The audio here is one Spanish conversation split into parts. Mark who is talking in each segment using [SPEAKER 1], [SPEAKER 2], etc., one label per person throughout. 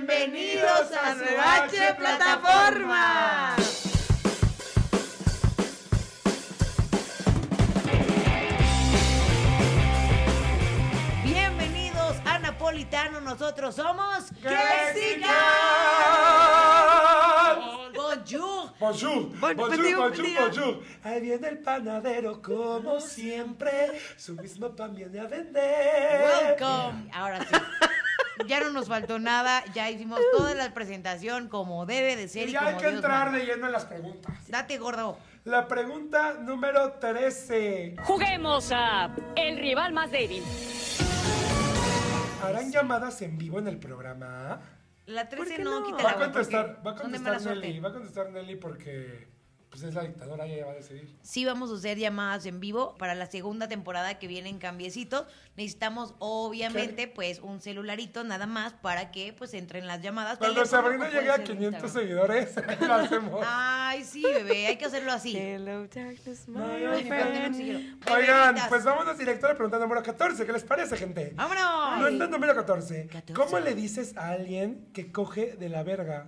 [SPEAKER 1] Bienvenidos a Rebache Plataforma. Bienvenidos a Napolitano, nosotros somos Bonjour.
[SPEAKER 2] Bonjour,
[SPEAKER 3] Bon-
[SPEAKER 2] bonjour,
[SPEAKER 3] buen
[SPEAKER 2] bonjour,
[SPEAKER 3] día.
[SPEAKER 2] bonjour. Ahí viene el panadero como siempre. Su mismo pan viene a vender.
[SPEAKER 1] Welcome. Ahora sí. Ya no nos faltó nada, ya hicimos toda la presentación como debe de ser.
[SPEAKER 2] Y
[SPEAKER 1] Y
[SPEAKER 2] ya hay
[SPEAKER 1] como
[SPEAKER 2] que
[SPEAKER 1] Dios
[SPEAKER 2] entrar
[SPEAKER 1] manda.
[SPEAKER 2] leyendo las preguntas.
[SPEAKER 1] Date gordo.
[SPEAKER 2] La pregunta número 13.
[SPEAKER 4] Juguemos a el rival más débil.
[SPEAKER 2] ¿Harán llamadas en vivo en el programa?
[SPEAKER 1] La 13
[SPEAKER 3] qué
[SPEAKER 1] no,
[SPEAKER 3] no?
[SPEAKER 1] quita la
[SPEAKER 2] Va a contestar, va a contestar Nelly,
[SPEAKER 1] suerte.
[SPEAKER 2] va a contestar Nelly porque pues es la dictadora, ella va a decidir.
[SPEAKER 1] Sí vamos a hacer llamadas en vivo para la segunda temporada que viene en Cambiecito. Necesitamos obviamente pues un celularito nada más para que pues entren las llamadas.
[SPEAKER 2] Cuando
[SPEAKER 1] Teléfono
[SPEAKER 2] Sabrina
[SPEAKER 1] o puede
[SPEAKER 2] llegue a
[SPEAKER 1] ser
[SPEAKER 2] 500
[SPEAKER 1] Instagram.
[SPEAKER 2] seguidores, la hacemos.
[SPEAKER 1] Ay, sí, bebé, hay que hacerlo así.
[SPEAKER 3] Hello, darkness, my
[SPEAKER 2] Ay,
[SPEAKER 3] old
[SPEAKER 2] oigan.
[SPEAKER 3] friend.
[SPEAKER 2] Oigan,
[SPEAKER 1] Bebitas.
[SPEAKER 2] pues vámonos directo a la pregunta número 14. ¿Qué les parece, gente?
[SPEAKER 1] ¡Vámonos!
[SPEAKER 2] Pregunta número 14.
[SPEAKER 1] 14.
[SPEAKER 2] ¿Cómo le dices a alguien que coge de la verga?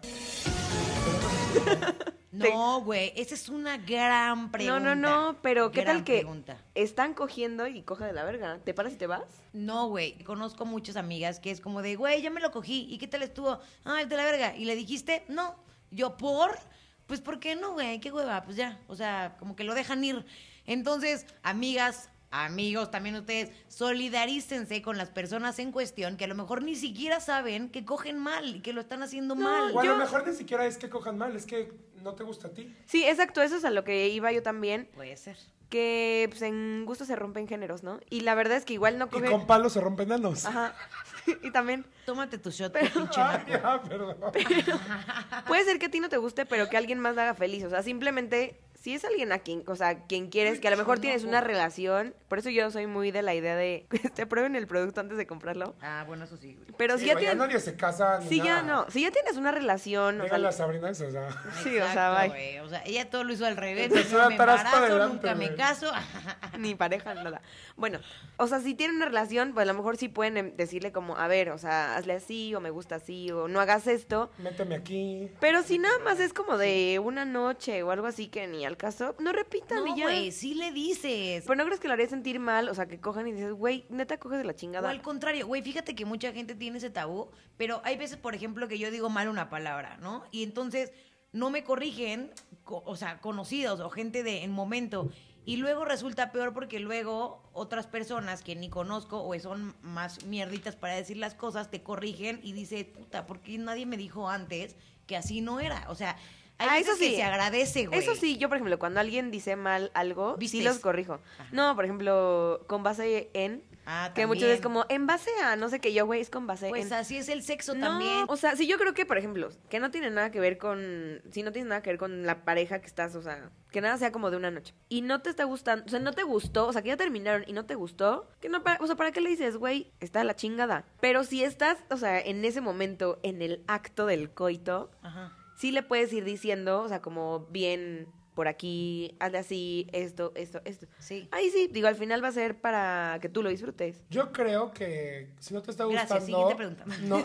[SPEAKER 1] No, güey, esa es una gran
[SPEAKER 3] No,
[SPEAKER 1] pregunta.
[SPEAKER 3] no, no, pero ¿qué
[SPEAKER 1] Gran
[SPEAKER 3] tal que
[SPEAKER 1] pregunta.
[SPEAKER 3] están cogiendo y coja de la verga? ¿Te paras y te vas?
[SPEAKER 1] No, güey, conozco muchas amigas que es como de, güey, ya me lo cogí, ¿y qué tal estuvo? Ay, de la verga. Y le dijiste, no, yo por, pues ¿por qué no, güey? ¿Qué hueva? Pues ya, o sea, como que lo dejan ir. Entonces, amigas, amigos, también ustedes, solidarícense con las personas en cuestión que a lo mejor ni siquiera saben que cogen mal y que lo están haciendo mal.
[SPEAKER 2] O a
[SPEAKER 3] yo-
[SPEAKER 2] lo mejor ni siquiera es que cojan mal, es que no te gusta a ti.
[SPEAKER 3] Sí, exacto, eso es a lo que iba yo también,
[SPEAKER 1] Puede ser.
[SPEAKER 3] que pues en gusto se rompen géneros, ¿no? Y la verdad es que igual no
[SPEAKER 2] Y
[SPEAKER 3] coge...
[SPEAKER 2] con palos se rompen anos.
[SPEAKER 3] Ajá, y también...
[SPEAKER 1] Tómate tu shot,
[SPEAKER 3] Pero-
[SPEAKER 1] pinche
[SPEAKER 2] Ay,
[SPEAKER 1] naco.
[SPEAKER 2] ya, perdón.
[SPEAKER 3] Puede ser que a ti no te guste, pero que alguien más la haga feliz. O sea, simplemente, si es alguien a quien, o sea, quien quieres, que a lo mejor tienes una relación. Por eso yo soy muy de la idea de te prueben el producto antes de comprarlo.
[SPEAKER 1] Ah, bueno, eso sí, güey.
[SPEAKER 3] Pero
[SPEAKER 2] Sí,
[SPEAKER 3] si ya
[SPEAKER 2] güey, ya
[SPEAKER 3] tienes.
[SPEAKER 2] nadie se casa. ni
[SPEAKER 3] Si
[SPEAKER 2] nada.
[SPEAKER 3] ya no, si ya tienes una relación, o sea,
[SPEAKER 2] Díganle a Sabrina eso, o sea.
[SPEAKER 3] sí, o sea,
[SPEAKER 1] Exacto,
[SPEAKER 3] bye.
[SPEAKER 1] güey. O sea, ella todo lo hizo al revés.
[SPEAKER 2] Entonces,
[SPEAKER 1] yo me
[SPEAKER 2] atrás para
[SPEAKER 1] embarazo,
[SPEAKER 2] adelante,
[SPEAKER 1] nunca me
[SPEAKER 2] güey.
[SPEAKER 1] caso.
[SPEAKER 3] ni pareja, nada. Bueno, o sea, si tienen una relación, pues a lo mejor sí pueden em, decirle como, a ver, o sea, hazle así, o me gusta así, o no hagas esto.
[SPEAKER 2] Méteme aquí.
[SPEAKER 3] Pero si nada más es como de una noche o algo así que ni al caso, no repitan
[SPEAKER 1] No,
[SPEAKER 3] y ya.
[SPEAKER 1] güey, sí le dices.
[SPEAKER 3] Pero no crees que lo haría sentir mal, o sea, que cojan y dices, güey, neta coge de la
[SPEAKER 1] O
[SPEAKER 3] chingada.
[SPEAKER 1] al contrario, güey, fíjate que mucha gente tiene ese tabú, pero hay veces, por ejemplo, que yo digo mal una palabra, ¿no? Y entonces no me corrigen, co- o sea, conocidos o gente de en momento. Y luego resulta peor porque luego otras personas que ni conozco o son más mierditas para decir las cosas te corrigen y dices, puta, ¿por qué nadie me dijo antes que así no era? O sea, hay
[SPEAKER 3] Ah,
[SPEAKER 1] veces
[SPEAKER 3] eso sí.
[SPEAKER 1] que se agradece, güey.
[SPEAKER 3] Eso sí, yo por ejemplo, cuando alguien dice mal algo,
[SPEAKER 1] Vistes.
[SPEAKER 3] sí los corrijo. No, por ejemplo, con base en,
[SPEAKER 1] Ah,
[SPEAKER 3] que muchas
[SPEAKER 1] también.
[SPEAKER 3] veces como, en base a, no sé qué, yo, güey, es con base en.
[SPEAKER 1] Pues así es el sexo
[SPEAKER 3] No,
[SPEAKER 1] también.
[SPEAKER 3] O sea, sí, yo creo que, por ejemplo, que no tiene nada que ver con. Si no tiene nada que ver con la pareja que estás, o sea, que nada sea como de una noche. Y no te está gustando, o sea, no te gustó, o sea, que ya terminaron y no te gustó, que no, pa- o sea, ¿para qué le dices, güey? Está de la chingada. Pero si estás, o sea, en ese momento, en el acto del coito,
[SPEAKER 1] Ajá.
[SPEAKER 3] sí le puedes ir diciendo, o sea, como bien por aquí, hazle así, esto, esto, esto.
[SPEAKER 1] Sí.
[SPEAKER 3] Ahí sí, digo, al final va a ser para que tú lo disfrutes.
[SPEAKER 2] Yo creo que si no te está gustando.
[SPEAKER 1] Gracias, siguiente pregunta.
[SPEAKER 2] No,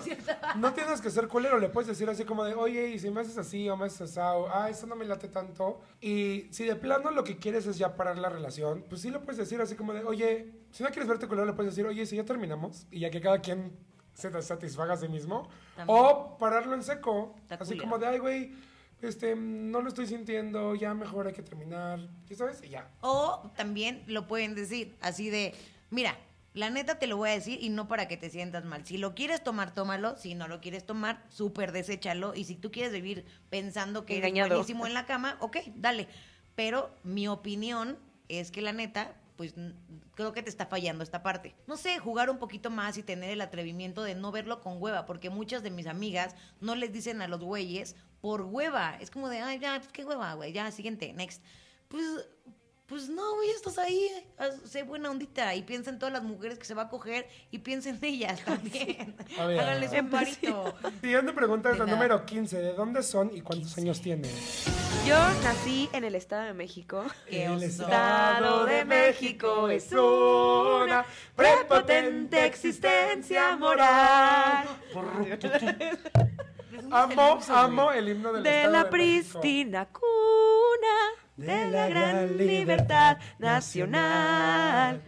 [SPEAKER 2] no tienes que ser culero, le puedes decir así como de, oye, y si me haces así o me haces asado, ah, eso no me late tanto. Y si de plano lo que quieres es ya parar la relación, pues sí lo puedes decir así como de, oye, si no quieres verte culero, le puedes decir, oye, si ya terminamos y ya que cada quien se te satisfaga a sí mismo.
[SPEAKER 1] También.
[SPEAKER 2] O pararlo en seco,
[SPEAKER 1] Está
[SPEAKER 2] así
[SPEAKER 1] culero.
[SPEAKER 2] como de, ay, güey, este, no lo estoy sintiendo, ya mejor hay que terminar, ¿ya sabes? Y ya.
[SPEAKER 1] O también lo pueden decir así de, mira, la neta te lo voy a decir y no para que te sientas mal. Si lo quieres tomar, tómalo. Si no lo quieres tomar, súper deséchalo. Y si tú quieres vivir pensando que eres
[SPEAKER 3] Engañado.
[SPEAKER 1] buenísimo en la cama, ok, dale. Pero mi opinión es que la neta, pues n- creo que te está fallando esta parte. No sé, jugar un poquito más y tener el atrevimiento de no verlo con hueva, porque muchas de mis amigas no les dicen a los güeyes por hueva. Es como de, ay, ya, pues qué hueva, güey, ya, siguiente, next. Pues Pues no, güey, estás ahí, haz- sé buena ondita y piensa en todas las mujeres que se va a coger y piensa en ellas también.
[SPEAKER 2] A ver. pues,
[SPEAKER 1] Háganles un parito.
[SPEAKER 2] Siguiente pregunta es
[SPEAKER 1] De
[SPEAKER 2] la
[SPEAKER 1] nada.
[SPEAKER 2] número 15. ¿De dónde son y cuántos años tienen?
[SPEAKER 3] Yo nací en el Estado de México.
[SPEAKER 1] Qué
[SPEAKER 2] El
[SPEAKER 1] oso.
[SPEAKER 2] Estado de México es una prepotente existencia moral. Amo, amo el himno del
[SPEAKER 3] De
[SPEAKER 2] Estado
[SPEAKER 3] la
[SPEAKER 2] de México.
[SPEAKER 3] pristina cuna de la gran libertad nacional.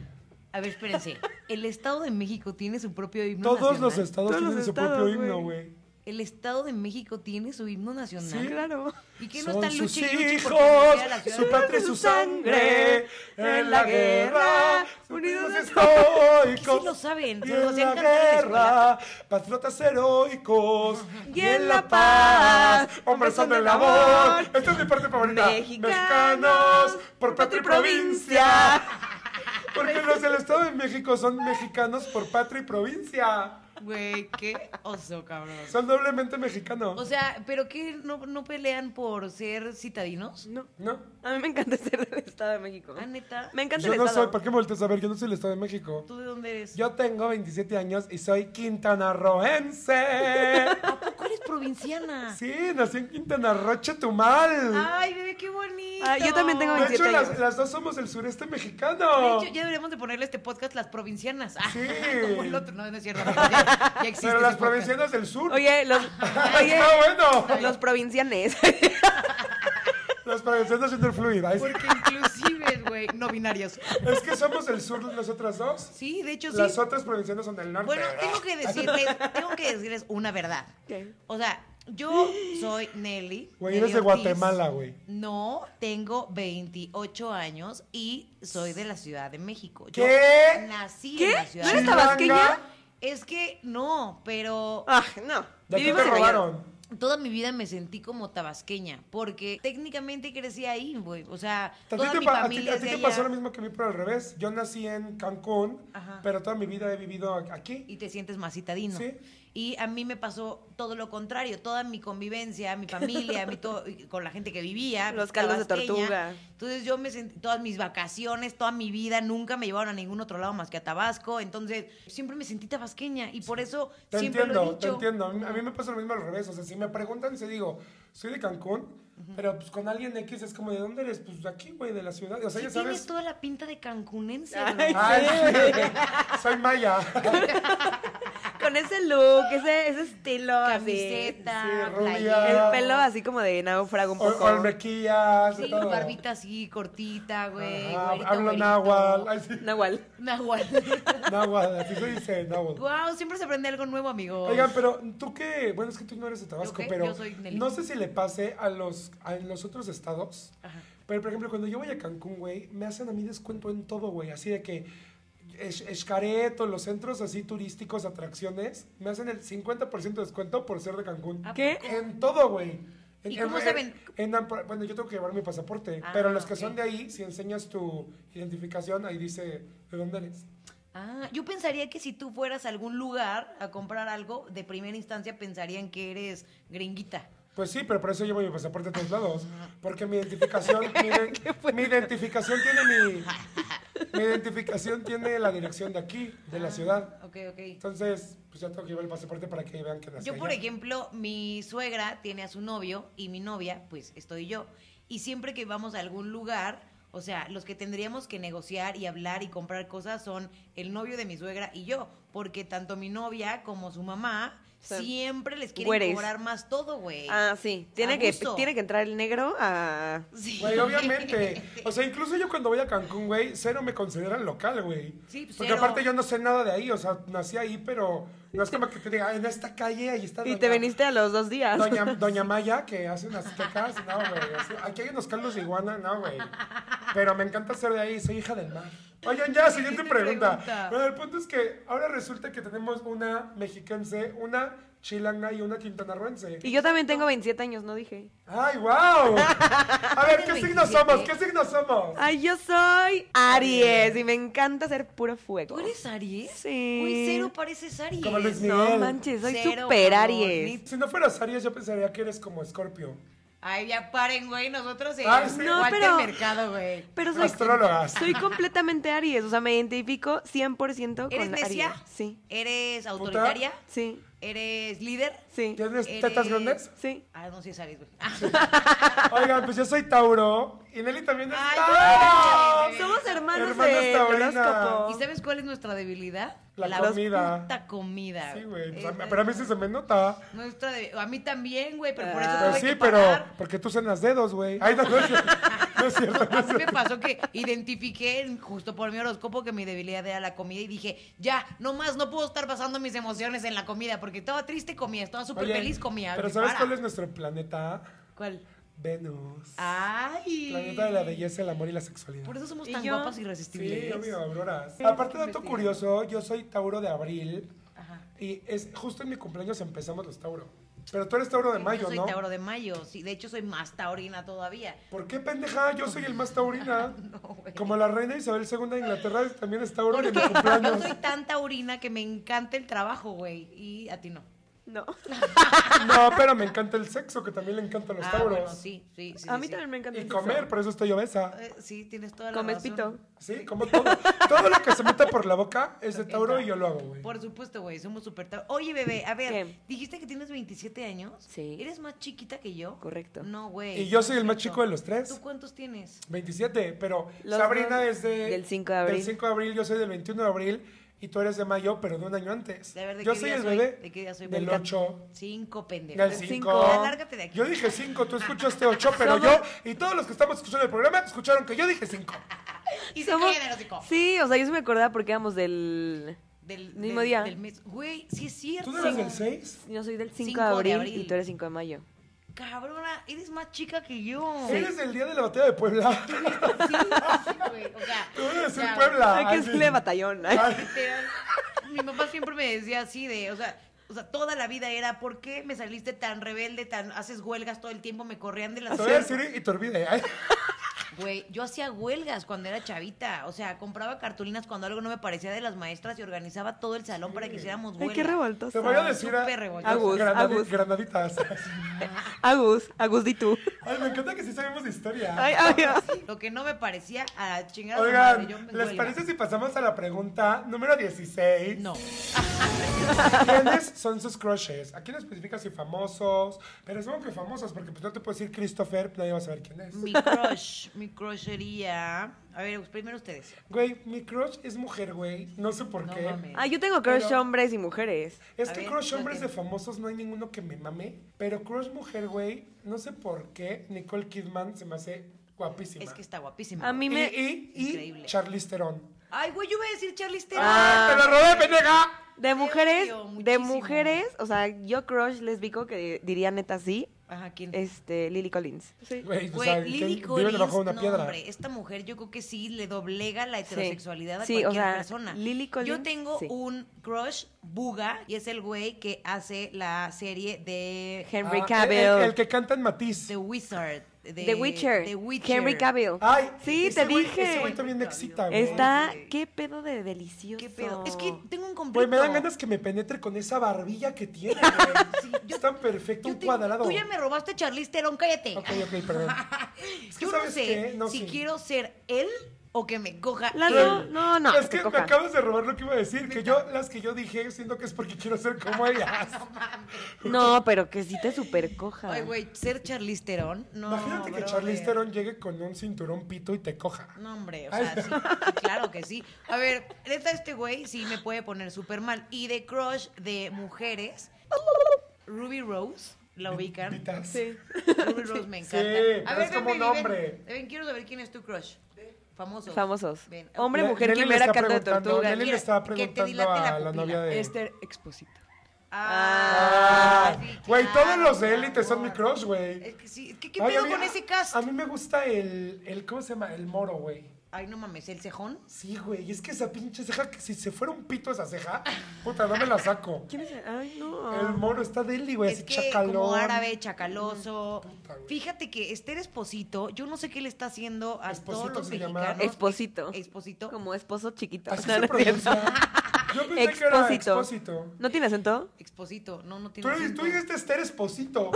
[SPEAKER 1] A ver, espérense. El Estado de México tiene su propio himno
[SPEAKER 2] Todos
[SPEAKER 1] nacional.
[SPEAKER 2] los estados
[SPEAKER 3] Todos los
[SPEAKER 2] tienen su
[SPEAKER 3] estados,
[SPEAKER 2] propio
[SPEAKER 3] güey.
[SPEAKER 2] himno, güey.
[SPEAKER 1] El Estado de México tiene su himno nacional.
[SPEAKER 2] Sí,
[SPEAKER 3] Claro.
[SPEAKER 1] ¿Y qué no
[SPEAKER 2] Son
[SPEAKER 1] están
[SPEAKER 2] sus
[SPEAKER 1] lucha y lucha por
[SPEAKER 2] hijos,
[SPEAKER 1] que sea la ciudad
[SPEAKER 2] su
[SPEAKER 1] de-
[SPEAKER 2] patria y su sangre, en la guerra, unidos
[SPEAKER 1] Que
[SPEAKER 2] estoicos.
[SPEAKER 1] sí lo saben, se
[SPEAKER 2] Y
[SPEAKER 1] los
[SPEAKER 2] en la
[SPEAKER 1] hacían cantar en la
[SPEAKER 2] guerra, patriotas heroicos.
[SPEAKER 3] Y en la paz,
[SPEAKER 2] hombres son del
[SPEAKER 3] amor.
[SPEAKER 2] amor. Esta es mi parte favorita.
[SPEAKER 3] Mexicanos,
[SPEAKER 2] Mexicanos, por patria y provincia.
[SPEAKER 3] provincia.
[SPEAKER 2] Porque los del Estado de México son mexicanos por patria y provincia.
[SPEAKER 1] Güey, qué oso, cabrón.
[SPEAKER 2] Son doblemente mexicanos.
[SPEAKER 1] O sea, ¿pero qué? ¿No, no pelean por ser citadinos?
[SPEAKER 3] No.
[SPEAKER 2] ¿No?
[SPEAKER 3] A mí me encanta ser del Estado de México.
[SPEAKER 1] Ah, neta.
[SPEAKER 3] Me encanta
[SPEAKER 2] Yo
[SPEAKER 3] el
[SPEAKER 2] no soy,
[SPEAKER 3] Estado.
[SPEAKER 2] ¿para qué me volteas a ver? Yo no soy del Estado de México.
[SPEAKER 1] ¿Tú de dónde eres?
[SPEAKER 2] Yo tengo 27 años y soy quintanarroense.
[SPEAKER 1] Ah, ¿Tú eres provinciana?
[SPEAKER 2] Sí, nací en Quintana Roo, Chetumal.
[SPEAKER 1] Ay, bebé, qué bonito.
[SPEAKER 3] Ah, yo también tengo
[SPEAKER 2] de hecho,
[SPEAKER 3] 27
[SPEAKER 2] las,
[SPEAKER 3] Ah, años.
[SPEAKER 2] las dos somos del sureste
[SPEAKER 1] De
[SPEAKER 2] mexicano.
[SPEAKER 1] hecho, ya deberíamos de ponerle a este podcast las provincianas. Ah,
[SPEAKER 2] Sí.
[SPEAKER 1] Como el otro, no, no es cierto. amigo, Ya, ya existe. ese
[SPEAKER 2] Pero las
[SPEAKER 1] podcast.
[SPEAKER 2] provincianas del sur.
[SPEAKER 3] Oye, los, oye,
[SPEAKER 2] Está bueno.
[SPEAKER 3] los provincianes.
[SPEAKER 2] Las provincianas interfluidas.
[SPEAKER 1] Porque inclusive, güey, no binarios.
[SPEAKER 2] Es que somos del sur nosotras dos.
[SPEAKER 1] Sí, de hecho, sí.
[SPEAKER 2] Las otras provincianas son del norte.
[SPEAKER 1] Bueno, tengo que decirles, tengo que decirles una verdad.
[SPEAKER 3] ¿Qué?
[SPEAKER 1] O sea, yo soy Nelly.
[SPEAKER 2] Güey,
[SPEAKER 1] Nelly
[SPEAKER 2] eres de
[SPEAKER 1] Ortiz.
[SPEAKER 2] Guatemala, güey.
[SPEAKER 1] No, tengo 28 años y soy de la Ciudad de México. Yo
[SPEAKER 2] ¿Qué?
[SPEAKER 1] nací
[SPEAKER 3] ¿Qué?
[SPEAKER 1] en la
[SPEAKER 3] ¿No
[SPEAKER 1] Ciudad de
[SPEAKER 3] eres
[SPEAKER 1] México.
[SPEAKER 3] tabasqueña?
[SPEAKER 1] Es que no, pero
[SPEAKER 3] Ah, no.
[SPEAKER 2] ¿De aquí
[SPEAKER 3] Vivimos
[SPEAKER 2] te
[SPEAKER 3] en Nayarit.
[SPEAKER 2] robaron?
[SPEAKER 1] toda mi vida me sentí como tabasqueña, porque técnicamente crecí ahí, güey. O sea,
[SPEAKER 2] ¿A ti
[SPEAKER 1] toda
[SPEAKER 2] te
[SPEAKER 1] mi
[SPEAKER 2] pa- a ti-
[SPEAKER 1] familia
[SPEAKER 2] a
[SPEAKER 1] es
[SPEAKER 2] ti
[SPEAKER 1] de
[SPEAKER 2] te
[SPEAKER 1] allá.
[SPEAKER 2] pasó lo mismo que a mí, pero al revés? Yo nací en Cancún,
[SPEAKER 1] Ajá.
[SPEAKER 2] pero toda mi vida he vivido a- aquí.
[SPEAKER 1] y te sientes más citadino.
[SPEAKER 2] Sí.
[SPEAKER 1] Y a mí me pasó todo lo contrario, toda mi convivencia, mi familia, mi to- con la gente que vivía. pues,
[SPEAKER 3] Los caldos de
[SPEAKER 1] tabasqueña.
[SPEAKER 3] tortuga.
[SPEAKER 1] Entonces yo me sentí, todas mis vacaciones, toda mi vida, nunca me llevaron a ningún otro lado más que a Tabasco. Entonces siempre me sentí tabasqueña y por eso
[SPEAKER 2] Te
[SPEAKER 1] siempre
[SPEAKER 2] entiendo,
[SPEAKER 1] lo he dicho.
[SPEAKER 2] te entiendo. A mí, a mí me pasa lo mismo al revés. O sea, si me preguntan, se digo, soy de Cancún, pero pues con alguien X es como, ¿de dónde eres? Pues de aquí, güey, de la ciudad. O sea,
[SPEAKER 1] Sí,
[SPEAKER 2] ya
[SPEAKER 1] tienes
[SPEAKER 2] sabes.
[SPEAKER 1] toda la pinta de cancunense.
[SPEAKER 3] Ay,
[SPEAKER 1] bro.
[SPEAKER 2] Ay, soy maya.
[SPEAKER 3] Con ese look, ese, ese estilo así.
[SPEAKER 1] Camiseta,
[SPEAKER 2] Sí, rubia.
[SPEAKER 1] playera.
[SPEAKER 3] El pelo así como de náufrago un
[SPEAKER 2] Ol-
[SPEAKER 3] poco.
[SPEAKER 2] Olmequillas, de
[SPEAKER 1] Sí,
[SPEAKER 2] todo.
[SPEAKER 1] barbita así, cortita, güey.
[SPEAKER 2] Ajá,
[SPEAKER 1] güerito,
[SPEAKER 2] hablo
[SPEAKER 1] güerito.
[SPEAKER 2] náhuatl. Ay, sí,
[SPEAKER 3] Nahual.
[SPEAKER 1] Nahual.
[SPEAKER 2] náhuatl, así se dice, náhuatl.
[SPEAKER 1] Wow, siempre se aprende algo nuevo, amigo.
[SPEAKER 2] Oigan, pero tú que, bueno, es que tú no eres de Tabasco,
[SPEAKER 1] qué?
[SPEAKER 2] pero
[SPEAKER 1] Yo soy Nelly.
[SPEAKER 2] no sé si le pase a los, a los otros estados,
[SPEAKER 1] Ajá.
[SPEAKER 2] pero por ejemplo, cuando yo voy a Cancún, güey, me hacen a mí descuento en todo, güey, así de que es- Escaret o los centros así turísticos, atracciones, me hacen el 50% de descuento por ser de Cancún.
[SPEAKER 1] ¿A
[SPEAKER 3] ¿Qué?
[SPEAKER 2] En todo, güey. En-
[SPEAKER 1] ¿Y
[SPEAKER 2] en-
[SPEAKER 1] cómo
[SPEAKER 2] en-
[SPEAKER 1] saben?
[SPEAKER 2] en- bueno, yo tengo que llevar mi pasaporte,
[SPEAKER 1] Ah,
[SPEAKER 2] pero los que
[SPEAKER 1] ok.
[SPEAKER 2] son de ahí, si enseñas tu identificación, ahí dice de dónde eres.
[SPEAKER 1] Ah, yo pensaría que si tú fueras a algún lugar a comprar algo, de primera instancia pensarían que eres gringuita.
[SPEAKER 2] Pues sí, pero por eso llevo mi pasaporte a todos lados. Porque mi identificación, mi, iden- mi identificación tiene mi. Mi identificación tiene la dirección de aquí, de
[SPEAKER 1] Ah.
[SPEAKER 2] la ciudad.
[SPEAKER 1] Ok, ok.
[SPEAKER 2] Entonces, pues ya tengo que llevar el pasaporte para que vean que nací.
[SPEAKER 1] Yo, por
[SPEAKER 2] allá.
[SPEAKER 1] ejemplo, mi suegra tiene a su novio y mi novia, pues estoy yo. Y siempre que vamos a algún lugar, o sea, los que tendríamos que negociar y hablar y comprar cosas son el novio de mi suegra y yo. Porque tanto mi novia como su mamá
[SPEAKER 3] Sí.
[SPEAKER 1] siempre les quieren
[SPEAKER 3] Güeres.
[SPEAKER 1] cobrar más todo, güey.
[SPEAKER 3] Ah, sí. Tiene
[SPEAKER 1] A
[SPEAKER 3] que,
[SPEAKER 1] gusto.
[SPEAKER 3] tiene que entrar el negro a.
[SPEAKER 1] Sí.
[SPEAKER 2] Güey, obviamente. O sea, incluso yo cuando voy a Cancún, güey, cero me consideran local, güey.
[SPEAKER 1] Sí, pues,
[SPEAKER 2] Porque
[SPEAKER 1] cero.
[SPEAKER 2] aparte yo no sé nada de ahí, o sea, nací ahí, pero no es como que te diga, "Ah, en esta calle, ahí está.
[SPEAKER 3] Y
[SPEAKER 2] doña-
[SPEAKER 3] te viniste a los dos días.
[SPEAKER 2] Doña, Doña Maya, que hace unas quecas, no, güey. así- Aquí hay unos caldos de iguana, no, güey. Pero me encanta ser de ahí, soy hija del mar. Oigan, ya, siguiente
[SPEAKER 1] Siguiente
[SPEAKER 2] pregunta.
[SPEAKER 1] pregunta.
[SPEAKER 2] Bueno, el punto es que ahora resulta que tenemos una mexiquense, una chilanga y una quintanarruense.
[SPEAKER 3] Y yo también tengo 27 años, no dije.
[SPEAKER 2] ¡Ay, wow! A ver, ¿qué
[SPEAKER 1] Eres
[SPEAKER 2] signos
[SPEAKER 1] 27.
[SPEAKER 2] somos? ¿Qué signos somos?
[SPEAKER 3] Ay, yo soy Aries y me encanta ser puro fuego.
[SPEAKER 1] ¿Tú eres Aries?
[SPEAKER 3] Sí.
[SPEAKER 1] Uy, cero pareces Aries.
[SPEAKER 2] Como Luis
[SPEAKER 3] No
[SPEAKER 2] Miguel.
[SPEAKER 3] manches, soy
[SPEAKER 1] Cero,
[SPEAKER 3] super
[SPEAKER 1] cabrón,
[SPEAKER 3] Aries.
[SPEAKER 1] ni-
[SPEAKER 2] Si no fueras Aries, yo pensaría que eres como Escorpio.
[SPEAKER 1] Ay, ya paren, güey. Nosotros en
[SPEAKER 2] Ah, sí.
[SPEAKER 1] no,
[SPEAKER 3] No, pero-
[SPEAKER 1] mercado, güey.
[SPEAKER 3] Pero soy,
[SPEAKER 2] Astrólogas.
[SPEAKER 3] soy completamente Aries, o sea, me identifico 100% con
[SPEAKER 1] ¿Eres necia?
[SPEAKER 3] Aries. Sí,
[SPEAKER 1] ¿Eres autoritaria?
[SPEAKER 3] sí,
[SPEAKER 1] ¿Eres líder?
[SPEAKER 3] sí,
[SPEAKER 2] ¿Tienes
[SPEAKER 1] Eres-
[SPEAKER 2] tetas grandes?
[SPEAKER 3] sí.
[SPEAKER 1] Ah, no, sí es Aries, güey. Ah,
[SPEAKER 2] Oigan, pues yo soy Tauro. Y Nelly también es
[SPEAKER 1] Ay,
[SPEAKER 2] Tauro.
[SPEAKER 1] güey.
[SPEAKER 3] Somos hermanos
[SPEAKER 2] Hermanas
[SPEAKER 3] de
[SPEAKER 2] taurinas.
[SPEAKER 1] ¿Y
[SPEAKER 3] horóscopo.
[SPEAKER 1] sabes cuál es nuestra debilidad?
[SPEAKER 2] Ah. La comida.
[SPEAKER 1] puta comida.
[SPEAKER 2] Sí, güey. pues,
[SPEAKER 1] Esa
[SPEAKER 2] a mí-
[SPEAKER 1] es
[SPEAKER 2] Pero a mí sí se me nota.
[SPEAKER 1] Nuestra de- A mí también, güey, pero por eso
[SPEAKER 3] Ah.
[SPEAKER 2] Pero
[SPEAKER 1] tuve
[SPEAKER 2] sí,
[SPEAKER 1] que
[SPEAKER 2] pero.
[SPEAKER 1] pagar.
[SPEAKER 2] Porque tú cenas dedos, güey. Ay, no, no es cierto. No es cierto. no
[SPEAKER 1] A
[SPEAKER 2] es
[SPEAKER 1] mí me
[SPEAKER 2] cierto.
[SPEAKER 1] pasó que identifiqué en- justo por mi horóscopo que mi debilidad era la comida y dije, ya, no más, no puedo estar pasando mis emociones en la comida porque estaba triste comía, estaba súper
[SPEAKER 2] Oye,
[SPEAKER 1] feliz comía.
[SPEAKER 2] Pero
[SPEAKER 1] güey,
[SPEAKER 2] ¿sabes
[SPEAKER 1] para.
[SPEAKER 2] cuál es nuestro planeta?
[SPEAKER 1] ¿Cuál?
[SPEAKER 2] Venus.
[SPEAKER 1] Ay.
[SPEAKER 2] Planeta de la belleza, el amor y la sexualidad.
[SPEAKER 1] Por eso somos
[SPEAKER 3] ¿Y
[SPEAKER 1] tan
[SPEAKER 3] yo?
[SPEAKER 1] guapas y
[SPEAKER 2] Sí,
[SPEAKER 1] irresistibles.
[SPEAKER 2] obvio, auroras. Aparte de dato
[SPEAKER 3] investigar.
[SPEAKER 2] curioso, yo soy Tauro de abril.
[SPEAKER 1] Ajá.
[SPEAKER 2] Y es justo en mi cumpleaños empezamos los Tauro. Pero tú eres Tauro de mayo,
[SPEAKER 1] Yo soy
[SPEAKER 2] ¿no?
[SPEAKER 1] Tauro de mayo, sí, de hecho soy más taurina todavía.
[SPEAKER 2] ¿Por qué, pendeja? Yo soy el más taurina.
[SPEAKER 1] No, güey.
[SPEAKER 2] Como la reina Isabel II de Inglaterra también es Tauro de
[SPEAKER 1] Porque
[SPEAKER 2] mi
[SPEAKER 1] yo
[SPEAKER 2] cumpleaños.
[SPEAKER 1] soy tan taurina que me encanta el trabajo, güey, y a ti no.
[SPEAKER 3] No.
[SPEAKER 2] No, pero me encanta el sexo, que también le encantan los
[SPEAKER 1] ah,
[SPEAKER 2] Tauros.
[SPEAKER 1] bueno, sí, sí, sí.
[SPEAKER 3] A
[SPEAKER 1] sí,
[SPEAKER 3] mí
[SPEAKER 1] sí.
[SPEAKER 3] también me encanta.
[SPEAKER 2] Y
[SPEAKER 3] el
[SPEAKER 2] comer,
[SPEAKER 3] sexo.
[SPEAKER 2] por eso estoy obesa.
[SPEAKER 1] Eh, Sí, tienes toda la
[SPEAKER 3] Comes
[SPEAKER 1] razón.
[SPEAKER 3] pito.
[SPEAKER 2] Sí, como todo. Todo lo que se mete por la boca es de Tauro y yo lo hago, güey.
[SPEAKER 1] Por supuesto, güey, somos súper tar- Oye, bebé, a ver,
[SPEAKER 3] ¿Qué?
[SPEAKER 1] dijiste que tienes 27 años.
[SPEAKER 3] Sí.
[SPEAKER 1] ¿Eres más chiquita que yo?
[SPEAKER 3] Correcto.
[SPEAKER 1] No, güey.
[SPEAKER 2] Y yo soy el más
[SPEAKER 1] Perfecto.
[SPEAKER 2] chico de los tres.
[SPEAKER 1] ¿Tú cuántos tienes?
[SPEAKER 2] 27, pero
[SPEAKER 3] Los
[SPEAKER 2] Sabrina
[SPEAKER 3] dos
[SPEAKER 2] es de-
[SPEAKER 3] del 5 de abril.
[SPEAKER 2] Del 5 de abril, yo soy del 21 de abril y tú eres de mayo, pero de un año antes.
[SPEAKER 1] De ver, ¿de
[SPEAKER 2] yo
[SPEAKER 1] qué
[SPEAKER 2] soy
[SPEAKER 1] día
[SPEAKER 2] el
[SPEAKER 1] soy?
[SPEAKER 2] bebé
[SPEAKER 1] ¿De qué día soy?
[SPEAKER 2] del
[SPEAKER 1] Venga.
[SPEAKER 2] 8.
[SPEAKER 1] Cinco, pendejo.
[SPEAKER 2] Del
[SPEAKER 3] Del
[SPEAKER 2] 5.
[SPEAKER 3] cinco.
[SPEAKER 1] Alárgate de aquí.
[SPEAKER 2] Yo dije 5, tú escuchaste 8, pero
[SPEAKER 3] Somos-
[SPEAKER 2] yo y todos los que estamos escuchando el programa escucharon que yo dije 5.
[SPEAKER 1] Y se
[SPEAKER 3] Somos-
[SPEAKER 1] callan el hocico.
[SPEAKER 3] Sí, o sea, yo se me acordaba porque éramos del.
[SPEAKER 1] Del
[SPEAKER 3] Mismo
[SPEAKER 1] del-
[SPEAKER 3] día.
[SPEAKER 1] Del mes. Güey, sí es cierto.
[SPEAKER 2] ¿Tú no eres del 6?
[SPEAKER 3] Yo soy del 5,
[SPEAKER 1] Cinco
[SPEAKER 3] de,
[SPEAKER 1] de
[SPEAKER 3] abril,
[SPEAKER 1] abril.
[SPEAKER 3] y tú eres 5 de mayo.
[SPEAKER 1] Cabrona, eres más chica que yo.
[SPEAKER 2] Eres del día de la batalla de Puebla.
[SPEAKER 1] Sí, sí, güey. O sea,
[SPEAKER 2] Te voy a decir
[SPEAKER 1] ya,
[SPEAKER 2] Puebla.
[SPEAKER 3] Hay que
[SPEAKER 2] así.
[SPEAKER 3] decirle batallón. ay.
[SPEAKER 2] Ay,
[SPEAKER 1] literal. Mi papá siempre me decía así de, o sea, o sea, toda la vida era, ¿por qué me saliste tan rebelde, tan haces huelgas todo el tiempo, me corrían de
[SPEAKER 2] Te
[SPEAKER 1] las
[SPEAKER 2] voy a decir y te olvide. Ay.
[SPEAKER 1] Güey, yo hacía huelgas cuando era chavita. O sea, compraba cartulinas cuando algo no me parecía de las maestras y organizaba todo el salón para que hiciéramos
[SPEAKER 3] Ay,
[SPEAKER 1] huelga.
[SPEAKER 3] qué revoltoso.
[SPEAKER 2] Te voy a decir a,
[SPEAKER 1] Súper revoltoso.
[SPEAKER 3] Agus,
[SPEAKER 2] granadi-
[SPEAKER 3] Agus.
[SPEAKER 2] granaditas.
[SPEAKER 3] Agus, Agus, di tú.
[SPEAKER 2] Ay, me encanta que sí sabemos de historia.
[SPEAKER 3] Ay, ay, ay.
[SPEAKER 1] Lo que no me parecía a chingar a su madre,
[SPEAKER 2] Oigan,
[SPEAKER 1] yo me
[SPEAKER 2] ¿les
[SPEAKER 1] huelga.
[SPEAKER 2] parece si pasamos a la pregunta número 16?
[SPEAKER 1] No.
[SPEAKER 2] ¿Quiénes son sus crushes? Aquí no especifica si famosos, pero supongo que famosos, porque pues no te puedo decir Christopher, nadie va a saber quién es.
[SPEAKER 1] Mi crush, mi crush sería... A ver, pues, primero ustedes.
[SPEAKER 2] Güey, mi crush es mujer, güey. No sé por
[SPEAKER 1] No
[SPEAKER 2] qué.
[SPEAKER 1] mames.
[SPEAKER 3] Ah, yo tengo crush
[SPEAKER 2] Pero-
[SPEAKER 3] hombres y mujeres.
[SPEAKER 2] Es
[SPEAKER 1] A
[SPEAKER 2] que
[SPEAKER 1] ver,
[SPEAKER 2] crush
[SPEAKER 1] no
[SPEAKER 2] hombres de
[SPEAKER 1] entiendo.
[SPEAKER 2] famosos no hay ninguno que me mame, pero crush mujer, güey, no sé por qué Nicole Kidman se me hace guapísima.
[SPEAKER 1] Es que está guapísima.
[SPEAKER 3] A mí
[SPEAKER 2] y,
[SPEAKER 3] me.
[SPEAKER 2] y, y
[SPEAKER 1] Increíble.
[SPEAKER 2] Charlize Theron.
[SPEAKER 1] Ay, güey, yo iba a decir Charlize Theron.
[SPEAKER 2] ¡Ah! ¡Te lo robé, pendeja!
[SPEAKER 3] De mujeres,
[SPEAKER 1] odio
[SPEAKER 3] de
[SPEAKER 1] muchísimo.
[SPEAKER 3] mujeres, o sea, yo crush lesbico que diría neta sí,
[SPEAKER 1] Ajá, ¿quién?
[SPEAKER 3] este, Lily Collins.
[SPEAKER 2] Güey, pues, o
[SPEAKER 1] Güey,
[SPEAKER 2] sea, que
[SPEAKER 1] Lily
[SPEAKER 2] vive
[SPEAKER 1] Collins,
[SPEAKER 2] debajo de una
[SPEAKER 1] no,
[SPEAKER 2] piedra.
[SPEAKER 1] hombre, esta mujer yo creo que sí le doblega la heterosexualidad
[SPEAKER 3] Sí,
[SPEAKER 1] a
[SPEAKER 3] o
[SPEAKER 1] cualquier
[SPEAKER 3] sea,
[SPEAKER 1] persona.
[SPEAKER 3] Lily
[SPEAKER 1] yo
[SPEAKER 3] Collins,
[SPEAKER 1] tengo
[SPEAKER 3] sí.
[SPEAKER 1] un crush buga y es el güey que hace la serie de
[SPEAKER 3] Henry
[SPEAKER 2] Ah,
[SPEAKER 3] Cavill.
[SPEAKER 2] El, el- el que canta en Matiz.
[SPEAKER 1] The Wizard. de-
[SPEAKER 3] The Witcher.
[SPEAKER 1] The Witcher.
[SPEAKER 3] Henry Cavill.
[SPEAKER 2] Ay,
[SPEAKER 3] Sí,
[SPEAKER 2] ese
[SPEAKER 3] te
[SPEAKER 2] güey-
[SPEAKER 3] dije.
[SPEAKER 2] Ese güey también me excita, güey.
[SPEAKER 3] Está,
[SPEAKER 1] güey.
[SPEAKER 3] qué pedo de delicioso.
[SPEAKER 1] ¿Qué pedo? Es que tengo un conflicto.
[SPEAKER 2] Güey, me dan ganas que me penetre con esa barbilla que tiene, güey.
[SPEAKER 1] Sí, yo-
[SPEAKER 2] es tan perfecto,
[SPEAKER 1] Yo
[SPEAKER 2] un
[SPEAKER 1] te-
[SPEAKER 2] cuadrado.
[SPEAKER 1] Tú ya me robaste Charlize Theron, cállate.
[SPEAKER 2] Ok, ok, perdón. Es que
[SPEAKER 1] yo no
[SPEAKER 2] ¿sabes
[SPEAKER 1] sé
[SPEAKER 2] qué? No,
[SPEAKER 1] si
[SPEAKER 2] sí.
[SPEAKER 1] quiero ser él o que me coja
[SPEAKER 3] La-
[SPEAKER 1] él.
[SPEAKER 3] No, no, no,
[SPEAKER 2] Es que
[SPEAKER 3] te
[SPEAKER 2] me
[SPEAKER 3] toca.
[SPEAKER 2] acabas de robar lo que iba a decir. Que yo, las que yo dije, siento que es porque quiero ser como ellas.
[SPEAKER 3] No, pero que sí te supercoja.
[SPEAKER 1] Ay, güey, ser Charlize Theron. No,
[SPEAKER 2] Imagínate que
[SPEAKER 1] brother.
[SPEAKER 2] Charlize Theron llegue con un cinturón pito y te coja.
[SPEAKER 1] No, hombre, o
[SPEAKER 2] Ay.
[SPEAKER 1] sea, sí, claro que sí. A ver, neta, este güey sí me puede poner súper mal. Y de crush de mujeres, Ruby Rose, ¿la ubican?
[SPEAKER 2] Pitas.
[SPEAKER 3] Sí.
[SPEAKER 1] Ruby Rose me
[SPEAKER 2] Sí,
[SPEAKER 1] encanta.
[SPEAKER 2] pero es como
[SPEAKER 1] baby,
[SPEAKER 2] un hombre.
[SPEAKER 1] Ven, Ven, quiero saber quién es tu crush. Famosos.
[SPEAKER 3] Famosos.
[SPEAKER 1] Ven.
[SPEAKER 3] Hombre,
[SPEAKER 2] Le-
[SPEAKER 3] mujer,
[SPEAKER 2] Nelly le
[SPEAKER 3] quimera,
[SPEAKER 2] está
[SPEAKER 3] canto de
[SPEAKER 2] preguntando,
[SPEAKER 3] tortuga.
[SPEAKER 2] Nelly le
[SPEAKER 1] Mira,
[SPEAKER 2] estaba
[SPEAKER 1] que te
[SPEAKER 2] preguntando
[SPEAKER 1] dilate la
[SPEAKER 2] a la
[SPEAKER 1] pupila.
[SPEAKER 2] novia de...
[SPEAKER 3] Exposito.
[SPEAKER 1] Ah,
[SPEAKER 2] Ah,
[SPEAKER 1] sí,
[SPEAKER 2] Güey,
[SPEAKER 1] claro,
[SPEAKER 2] todos los de
[SPEAKER 1] mi
[SPEAKER 2] élite son mi
[SPEAKER 1] amor.
[SPEAKER 2] crush, güey.
[SPEAKER 1] Es que sí, es que ¿qué
[SPEAKER 2] Ay,
[SPEAKER 1] pedo
[SPEAKER 2] a mí-
[SPEAKER 1] con ese cast?
[SPEAKER 2] A mí me gusta el, el ¿cómo se llama? El moro, güey.
[SPEAKER 1] Ay, no mames, ¿el cejón?
[SPEAKER 2] Sí, güey, y es que esa pinche ceja, que si se fuera un pito esa ceja, puta, no me la saco.
[SPEAKER 3] ¿Quién es? el- Ay, no.
[SPEAKER 2] El moro está deli, güey,
[SPEAKER 1] Es
[SPEAKER 2] así
[SPEAKER 1] que
[SPEAKER 2] chacalón.
[SPEAKER 1] como árabe, chacaloso.
[SPEAKER 2] Puta, güey.
[SPEAKER 1] Fíjate que Esther Esposito, yo no sé qué le está haciendo a
[SPEAKER 2] Esposito
[SPEAKER 1] todos los
[SPEAKER 2] se llama.
[SPEAKER 1] mexicanos.
[SPEAKER 3] Esposito.
[SPEAKER 1] Esposito.
[SPEAKER 3] Como esposo chiquito.
[SPEAKER 2] Así
[SPEAKER 3] No,
[SPEAKER 2] se
[SPEAKER 3] no es cierto.
[SPEAKER 2] pronuncia. Yo pensé que era expósito.
[SPEAKER 3] ¿No tiene acento?
[SPEAKER 1] Exposito, no, no
[SPEAKER 2] Tú,
[SPEAKER 1] tiene. acento.
[SPEAKER 2] tú dijiste Esther Esposito.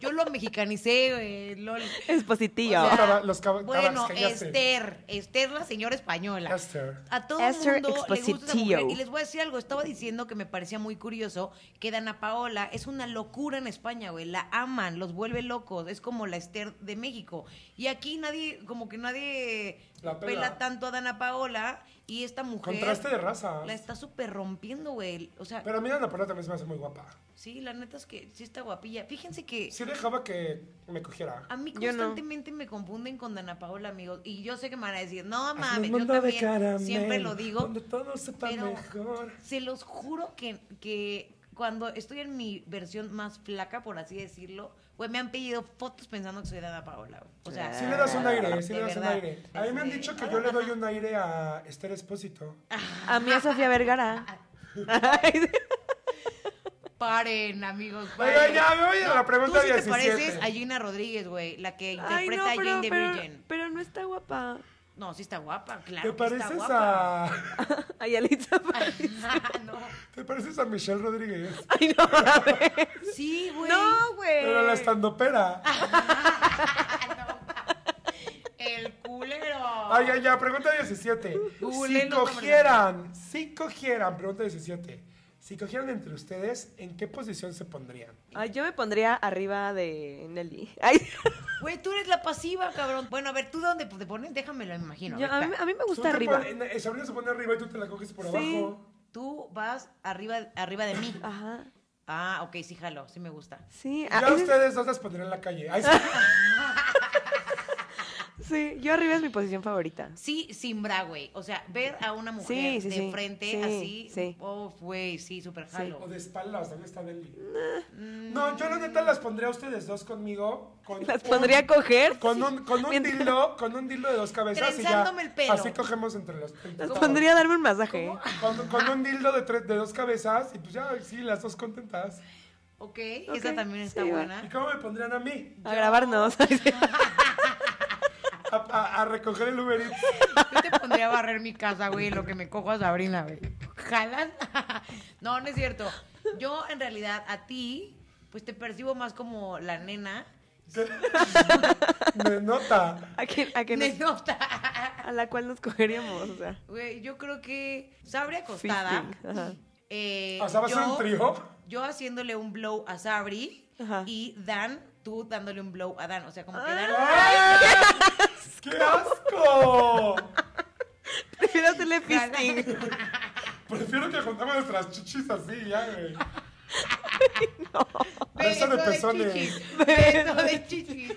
[SPEAKER 1] Yo lo mexicanicé, güey, lol.
[SPEAKER 3] Es positivo.
[SPEAKER 1] O sea,
[SPEAKER 2] Caba- los caba-
[SPEAKER 1] bueno,
[SPEAKER 2] tabascayaste.
[SPEAKER 1] Esther, Esther la señora española.
[SPEAKER 2] Esther.
[SPEAKER 1] A todo
[SPEAKER 3] Esther
[SPEAKER 1] el mundo le gusta esa mujer.
[SPEAKER 3] Expositillo.
[SPEAKER 1] Y les voy a decir algo, estaba diciendo que me parecía muy curioso que Dana Paola es una locura en España, güey. La aman, los vuelve locos. Es como la Esther de México. Y aquí nadie, como que nadie
[SPEAKER 2] La pela.
[SPEAKER 1] pela tanto a Dana Paola y esta mujer.
[SPEAKER 2] Contraste de raza.
[SPEAKER 1] La está súper rompiendo, güey. O sea,
[SPEAKER 2] Pero a mí Ana Paola también se me hace muy guapa.
[SPEAKER 1] sí, la neta es que sí está guapilla. Fíjense que
[SPEAKER 2] Sí dejaba que me cogiera.
[SPEAKER 1] a mí
[SPEAKER 3] Yo no.
[SPEAKER 1] constantemente me confunden con Dana Paola, amigos. Y yo sé que me van a decir, no
[SPEAKER 2] Hazme un
[SPEAKER 1] mames, yo
[SPEAKER 2] mundo de
[SPEAKER 1] también
[SPEAKER 2] caramelo,
[SPEAKER 1] siempre lo digo.
[SPEAKER 2] Donde todo sepa
[SPEAKER 1] pero-
[SPEAKER 2] mejor.
[SPEAKER 1] Se los juro que, que cuando estoy en mi versión más flaca, por así decirlo, güey, me han pedido fotos pensando que soy Dana Paola, güey. O sea,
[SPEAKER 2] Sí le das un aire, sí
[SPEAKER 1] Ah, de
[SPEAKER 2] le das un
[SPEAKER 1] verdad.
[SPEAKER 2] aire. A mí me han
[SPEAKER 1] Este,
[SPEAKER 2] dicho que yo le doy un aire a Esther Espósito.
[SPEAKER 3] A mí a Sofía Vergara. Ay,
[SPEAKER 1] Paren, amigos.
[SPEAKER 2] Oiga,
[SPEAKER 1] paren.
[SPEAKER 2] ya, me voy a la pregunta
[SPEAKER 1] Tú sí te
[SPEAKER 2] 17.
[SPEAKER 1] pareces a Gina Rodríguez, güey, la que
[SPEAKER 3] Ay,
[SPEAKER 1] interpreta
[SPEAKER 3] no,
[SPEAKER 1] a
[SPEAKER 3] pero,
[SPEAKER 1] Jane the
[SPEAKER 3] pero,
[SPEAKER 1] Virgin.
[SPEAKER 3] pero no está guapa.
[SPEAKER 1] No, sí está guapa, claro.
[SPEAKER 2] ¿Te
[SPEAKER 1] que está
[SPEAKER 2] pareces
[SPEAKER 1] guapa. Ah,
[SPEAKER 2] a.
[SPEAKER 3] Ay, pues. Alitza. Aparicio.
[SPEAKER 1] no.
[SPEAKER 2] ¿Te pareces a Michelle Rodríguez?
[SPEAKER 3] Ay, no mames.
[SPEAKER 1] Sí, güey.
[SPEAKER 3] No, güey.
[SPEAKER 2] Pero la estandopera.
[SPEAKER 1] Ah. El culero.
[SPEAKER 2] Ay, ay, ya, pregunta 17.
[SPEAKER 1] Google,
[SPEAKER 2] si
[SPEAKER 1] no, no,
[SPEAKER 2] cogieran, si cogieran, pregunta 17. Si cogieran entre ustedes, ¿en qué posición se pondrían?
[SPEAKER 3] Ay, yo me pondría arriba de Nelly. Ay,
[SPEAKER 1] Güey, tú eres la pasiva, cabrón. Bueno, a ver, ¿tú dónde te pones? Déjamelo, me imagino.
[SPEAKER 3] yo- a, mí,
[SPEAKER 1] ahorita.
[SPEAKER 3] a mí me
[SPEAKER 2] Tú
[SPEAKER 3] gusta
[SPEAKER 2] te
[SPEAKER 3] arriba.
[SPEAKER 2] pon- eh, Sabrina se pone arriba y tú te la coges por
[SPEAKER 3] Sí.
[SPEAKER 2] abajo.
[SPEAKER 1] Tú vas arriba, arriba de mí.
[SPEAKER 3] Ajá.
[SPEAKER 1] Ah, ok, sí, jalo, sí me gusta.
[SPEAKER 3] Sí,
[SPEAKER 2] Ya
[SPEAKER 3] ah, ese-
[SPEAKER 2] ustedes dos las pondrían en la calle. Ay, sí.
[SPEAKER 3] sí, yo arriba es mi posición favorita.
[SPEAKER 1] Sí, sin bra, güey. O sea, ver a una mujer
[SPEAKER 3] Sí, sí,
[SPEAKER 1] de
[SPEAKER 3] sí.
[SPEAKER 1] frente
[SPEAKER 3] Sí,
[SPEAKER 1] así.
[SPEAKER 3] sí.
[SPEAKER 1] Oh, güey, sí, súper jalo.
[SPEAKER 2] o de espaldas, ¿dónde está Nelly? No, yo la neta las pondría a ustedes dos conmigo. Con
[SPEAKER 3] Las
[SPEAKER 2] un-
[SPEAKER 3] pondría a coger.
[SPEAKER 2] Con un, con un
[SPEAKER 3] Mientras-
[SPEAKER 2] dildo, con un dildo de dos cabezas y ya.
[SPEAKER 1] Trenzándome el pelo.
[SPEAKER 2] Así cogemos entre los
[SPEAKER 3] Las
[SPEAKER 2] dos.
[SPEAKER 3] pondría a darme un masaje.
[SPEAKER 2] Con, con un dildo de, tres- de dos cabezas y pues ya, sí, las dos contentas.
[SPEAKER 1] ok, esa
[SPEAKER 3] Ok,
[SPEAKER 1] también está
[SPEAKER 3] sí, va.
[SPEAKER 2] ¿Y
[SPEAKER 1] buena.
[SPEAKER 2] cómo me pondrían a mí?
[SPEAKER 3] A grabarnos. Ay, sí.
[SPEAKER 2] A, a- a recoger el Uber Eats.
[SPEAKER 1] Yo te pondría a barrer mi casa, güey, lo que me cojo a Sabrina, güey. ¿Jalas? no, no es cierto. Yo, en realidad, a ti, pues te percibo más como la nena.
[SPEAKER 2] Me nota.
[SPEAKER 3] ¿A, que, a, que nos-
[SPEAKER 1] Nenota.
[SPEAKER 3] a la cual nos cogeríamos, o sea.
[SPEAKER 1] Güey, yo creo que Sabri acostada.
[SPEAKER 3] Fisting, ajá.
[SPEAKER 1] eh,
[SPEAKER 2] O sea, ¿va a ser
[SPEAKER 1] yo-
[SPEAKER 2] un trío?
[SPEAKER 1] Yo haciéndole un blow a Sabri
[SPEAKER 3] Ajá.
[SPEAKER 1] y Dan, tú dándole un blow a Dan. O sea, como que Dan.
[SPEAKER 3] Ah,
[SPEAKER 2] ¡Ay! ¡Qué asco!
[SPEAKER 3] Prefiero hacerle fisting.
[SPEAKER 2] Prefiero que juntemos nuestras chichis así, ya, güey.
[SPEAKER 1] Beso
[SPEAKER 2] Beso de pezones.
[SPEAKER 1] chichis. Beso de chichis.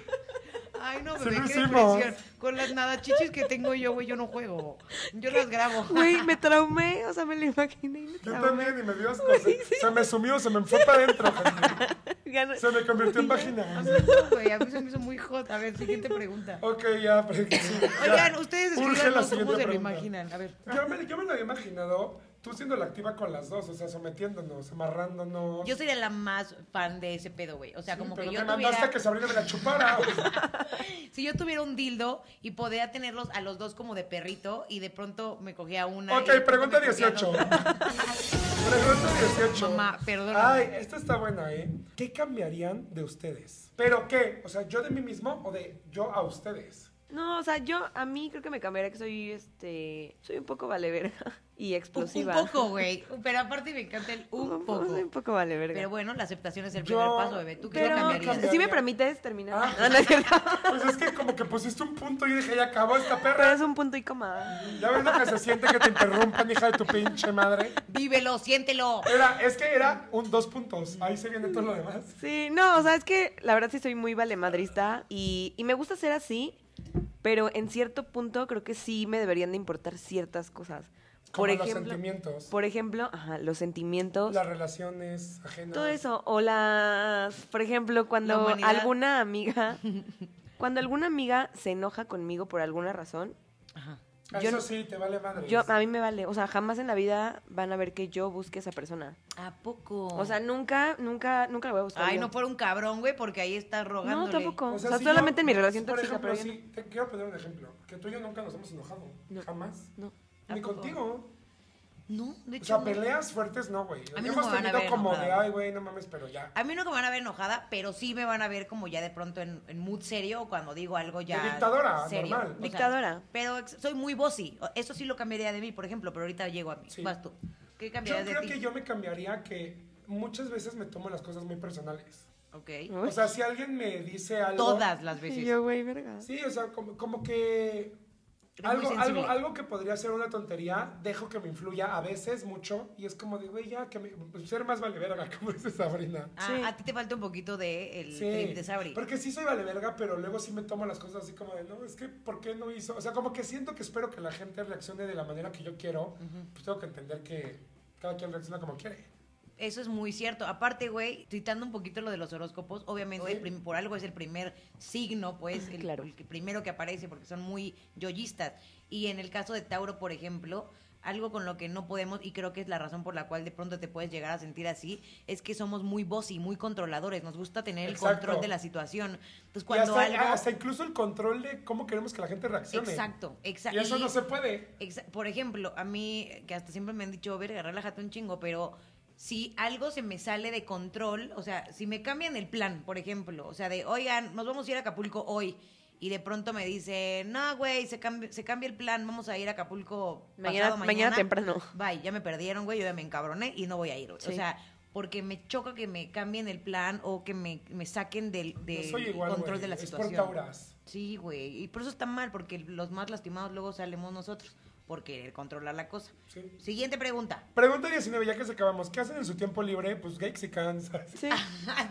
[SPEAKER 1] Ay, no,
[SPEAKER 2] Sí
[SPEAKER 1] bebé,
[SPEAKER 2] lo
[SPEAKER 1] qué
[SPEAKER 2] hicimos.
[SPEAKER 1] depresión. Con las nada chichis que tengo yo, güey, yo no juego. Yo las grabo.
[SPEAKER 3] Güey, me traumé, o sea, me lo imaginé y me
[SPEAKER 2] Yo
[SPEAKER 3] traumé.
[SPEAKER 2] también, y me dio asco. Se, se me sumió, se me fue para adentro. gente.
[SPEAKER 3] Ya no-
[SPEAKER 2] Se me convirtió en
[SPEAKER 1] A
[SPEAKER 2] vagina.
[SPEAKER 1] mí no, güey, a mí se me hizo muy hot. A ver, siguiente pregunta.
[SPEAKER 2] Ok, ya. pero- sí, ya.
[SPEAKER 1] Oigan, ustedes
[SPEAKER 2] Urge
[SPEAKER 1] escriban cómo
[SPEAKER 2] siguiente
[SPEAKER 1] se lo
[SPEAKER 2] pregunta.
[SPEAKER 1] imaginan. A ver.
[SPEAKER 2] Yo me, yo me lo había imaginado tú siendo la activa con las dos, o sea, sometiéndonos, amarrándonos.
[SPEAKER 1] Yo sería la más fan de ese pedo, güey. O sea,
[SPEAKER 2] Sí,
[SPEAKER 1] como
[SPEAKER 2] pero
[SPEAKER 1] que
[SPEAKER 2] me
[SPEAKER 1] yo
[SPEAKER 2] mandaste
[SPEAKER 1] tuviera,
[SPEAKER 2] a que Sabrina me la chupara. o sea.
[SPEAKER 1] si yo tuviera un dildo y podía tenerlos a los dos como de perrito y de pronto me cogía una. y
[SPEAKER 2] Ok,
[SPEAKER 1] de pronto
[SPEAKER 2] pregunta
[SPEAKER 1] me cogía
[SPEAKER 2] 18.
[SPEAKER 1] la otra.
[SPEAKER 2] pregunta 18.
[SPEAKER 1] Mamá, perdóname.
[SPEAKER 2] Ay, esta está buena, ¿eh? ¿Qué cambiarían de ustedes? ¿Pero qué? O sea, ¿yo de mí mismo o de yo a ustedes?
[SPEAKER 3] No, o sea, yo a mí creo que me cambiaría que soy este. Soy un poco vale verga y
[SPEAKER 1] Un, un
[SPEAKER 3] explosiva.
[SPEAKER 1] poco, güey. Pero aparte me encanta el un
[SPEAKER 3] Soy
[SPEAKER 1] poco.
[SPEAKER 3] un poco vale verga.
[SPEAKER 1] Pero bueno, la aceptación es el
[SPEAKER 2] Yo-
[SPEAKER 1] primer paso, bebé. ¿Tú qué lo
[SPEAKER 2] pero-
[SPEAKER 1] cambiarías?
[SPEAKER 2] cambiaría.
[SPEAKER 3] si me permites terminar.
[SPEAKER 2] Ah.
[SPEAKER 3] No, no es cierto.
[SPEAKER 2] Pues es que como que pusiste un punto y dije, ya acabó esta
[SPEAKER 3] Pero
[SPEAKER 2] perra.
[SPEAKER 3] es un punto y coma.
[SPEAKER 2] Ya ves lo que se siente que te interrumpan, hija de tu pinche madre.
[SPEAKER 1] Vívelo, siéntelo.
[SPEAKER 2] Era, es que era un dos puntos. Ahí se viene todo lo demás.
[SPEAKER 3] Sí, no, o sea, es que la verdad sí soy muy valemadrista y, y me gusta ser así, pero en cierto punto creo que sí me deberían de importar ciertas cosas.
[SPEAKER 2] Como
[SPEAKER 3] Por
[SPEAKER 2] los
[SPEAKER 3] ejemplo,
[SPEAKER 2] sentimientos,
[SPEAKER 3] por ejemplo, ajá, los sentimientos.
[SPEAKER 2] las relaciones ajenas.
[SPEAKER 3] Todo eso, o las, por ejemplo,
[SPEAKER 1] La
[SPEAKER 3] cuando
[SPEAKER 1] humanidad.
[SPEAKER 3] alguna amiga, cuando alguna amiga se enoja conmigo por alguna razón,
[SPEAKER 1] Ajá.
[SPEAKER 2] Eso
[SPEAKER 3] yo no-
[SPEAKER 2] sí, te vale madre.
[SPEAKER 3] yo a mí me vale, o sea, jamás en la vida van a ver que yo busque a esa persona.
[SPEAKER 1] ¿A poco?
[SPEAKER 3] O sea, nunca, nunca, nunca la voy a buscar.
[SPEAKER 1] Oh. Ay,
[SPEAKER 3] yo.
[SPEAKER 1] no fuera un cabrón, güey, porque ahí está rogándole.
[SPEAKER 3] No, tampoco. O sea,
[SPEAKER 2] si
[SPEAKER 3] solamente
[SPEAKER 2] yo-
[SPEAKER 3] en mi relación
[SPEAKER 2] por
[SPEAKER 3] tóxica,
[SPEAKER 2] ejemplo,
[SPEAKER 3] pero yo
[SPEAKER 2] sí, te quiero poner un ejemplo. Que tú y yo nunca nos hemos enojado.
[SPEAKER 3] No.
[SPEAKER 2] Jamás.
[SPEAKER 3] no.
[SPEAKER 1] ¿A
[SPEAKER 2] Ni
[SPEAKER 1] poco?
[SPEAKER 2] contigo.
[SPEAKER 1] No, de
[SPEAKER 2] O
[SPEAKER 1] hecho.
[SPEAKER 2] sea,
[SPEAKER 1] no.
[SPEAKER 2] peleas fuertes no, güey.
[SPEAKER 1] A mí no
[SPEAKER 2] Hemos
[SPEAKER 1] me van a
[SPEAKER 2] tenido
[SPEAKER 1] ver
[SPEAKER 2] como de,
[SPEAKER 1] enojada.
[SPEAKER 2] ay, güey, no mames, pero ya.
[SPEAKER 1] A mí no que me van a ver enojada, pero sí me van a ver como ya de pronto en, en mood serio o cuando digo algo ya.
[SPEAKER 2] De dictadora,
[SPEAKER 1] serio.
[SPEAKER 2] normal.
[SPEAKER 1] O sea,
[SPEAKER 3] Dictadora.
[SPEAKER 1] pero ex- soy muy bossy. O- Eso sí lo cambiaría de mí, por ejemplo, pero ahorita llego a mí.
[SPEAKER 2] Sí.
[SPEAKER 1] Vas tú. ¿Qué
[SPEAKER 2] Yo
[SPEAKER 1] cambiaría Ah, de
[SPEAKER 2] creo
[SPEAKER 1] ti?
[SPEAKER 2] que yo me cambiaría que muchas veces me tomo las cosas muy personales.
[SPEAKER 1] Ok.
[SPEAKER 3] Uy.
[SPEAKER 2] O sea, si alguien me dice algo.
[SPEAKER 1] Todas las
[SPEAKER 3] Y
[SPEAKER 1] veces.
[SPEAKER 3] yo, güey, verga.
[SPEAKER 2] Sí, o sea, como, como que.
[SPEAKER 1] Eres muy
[SPEAKER 2] Algo, algo,
[SPEAKER 1] sensible.
[SPEAKER 2] algo que podría ser una tontería, dejo que me influya a veces mucho. Y es como de, güey, ya, que me- ser más vale verga, como dice Sabrina.
[SPEAKER 1] Ah,
[SPEAKER 3] Sí.
[SPEAKER 1] A ti te falta un poquito de el
[SPEAKER 2] Sí,
[SPEAKER 1] trip de Sabri.
[SPEAKER 2] porque sí soy vale verga, pero luego sí me tomo las cosas así como de, no, es que, ¿por qué no hizo? O sea, como que siento que espero que la gente reaccione de la manera que yo quiero. Pues tengo que entender que cada quien reacciona como quiere.
[SPEAKER 1] Eso es muy cierto. Aparte, güey, citando un poquito lo de los horóscopos, obviamente
[SPEAKER 2] Oye. Ah,
[SPEAKER 1] el prim- por algo es el primer signo, pues, el,
[SPEAKER 3] Claro.
[SPEAKER 1] el que primero que aparece, porque son muy yoyistas. Y en el caso de Tauro, por ejemplo, algo con lo que no podemos, y creo que es la razón por la cual de pronto te puedes llegar a sentir así, es que somos muy bossy, muy controladores. Nos gusta tener el
[SPEAKER 2] Exacto.
[SPEAKER 1] control de la situación. Entonces,
[SPEAKER 2] Y
[SPEAKER 1] cuando
[SPEAKER 2] hasta,
[SPEAKER 1] algo.
[SPEAKER 2] hasta incluso el control de cómo queremos que la gente reaccione.
[SPEAKER 1] Exacto,
[SPEAKER 2] Y
[SPEAKER 1] exacto.
[SPEAKER 2] eso no se puede.
[SPEAKER 1] Exa- Por ejemplo, a mí, que hasta siempre me han dicho, verga, relájate un chingo, pero si algo se me sale de control, o sea, si me cambian el plan, por ejemplo, o sea, de, oigan, nos vamos a ir a Acapulco hoy, y de pronto me dicen, no, güey, se, cambi- se cambia el plan, vamos a ir a Acapulco
[SPEAKER 3] Mañana-
[SPEAKER 1] pasado
[SPEAKER 3] mañana temprano.
[SPEAKER 1] Bye, ya me perdieron, güey, yo ya me encabroné y no voy a ir, güey. O
[SPEAKER 3] Sí.
[SPEAKER 1] sea, porque me choca que me cambien el plan o que me, me saquen del,
[SPEAKER 2] Yo
[SPEAKER 1] del
[SPEAKER 2] soy igual,
[SPEAKER 1] control
[SPEAKER 2] güey,
[SPEAKER 1] de la
[SPEAKER 2] es
[SPEAKER 1] situación.
[SPEAKER 2] por tauras.
[SPEAKER 1] Sí, güey. Y por eso está mal, porque los más lastimados luego salimos nosotros por querer controlar la cosa.
[SPEAKER 2] Sí.
[SPEAKER 1] Siguiente pregunta.
[SPEAKER 2] Pregunta 19, ya que se acabamos. ¿Qué hacen en su tiempo libre? Pues gexicans.
[SPEAKER 3] Sí.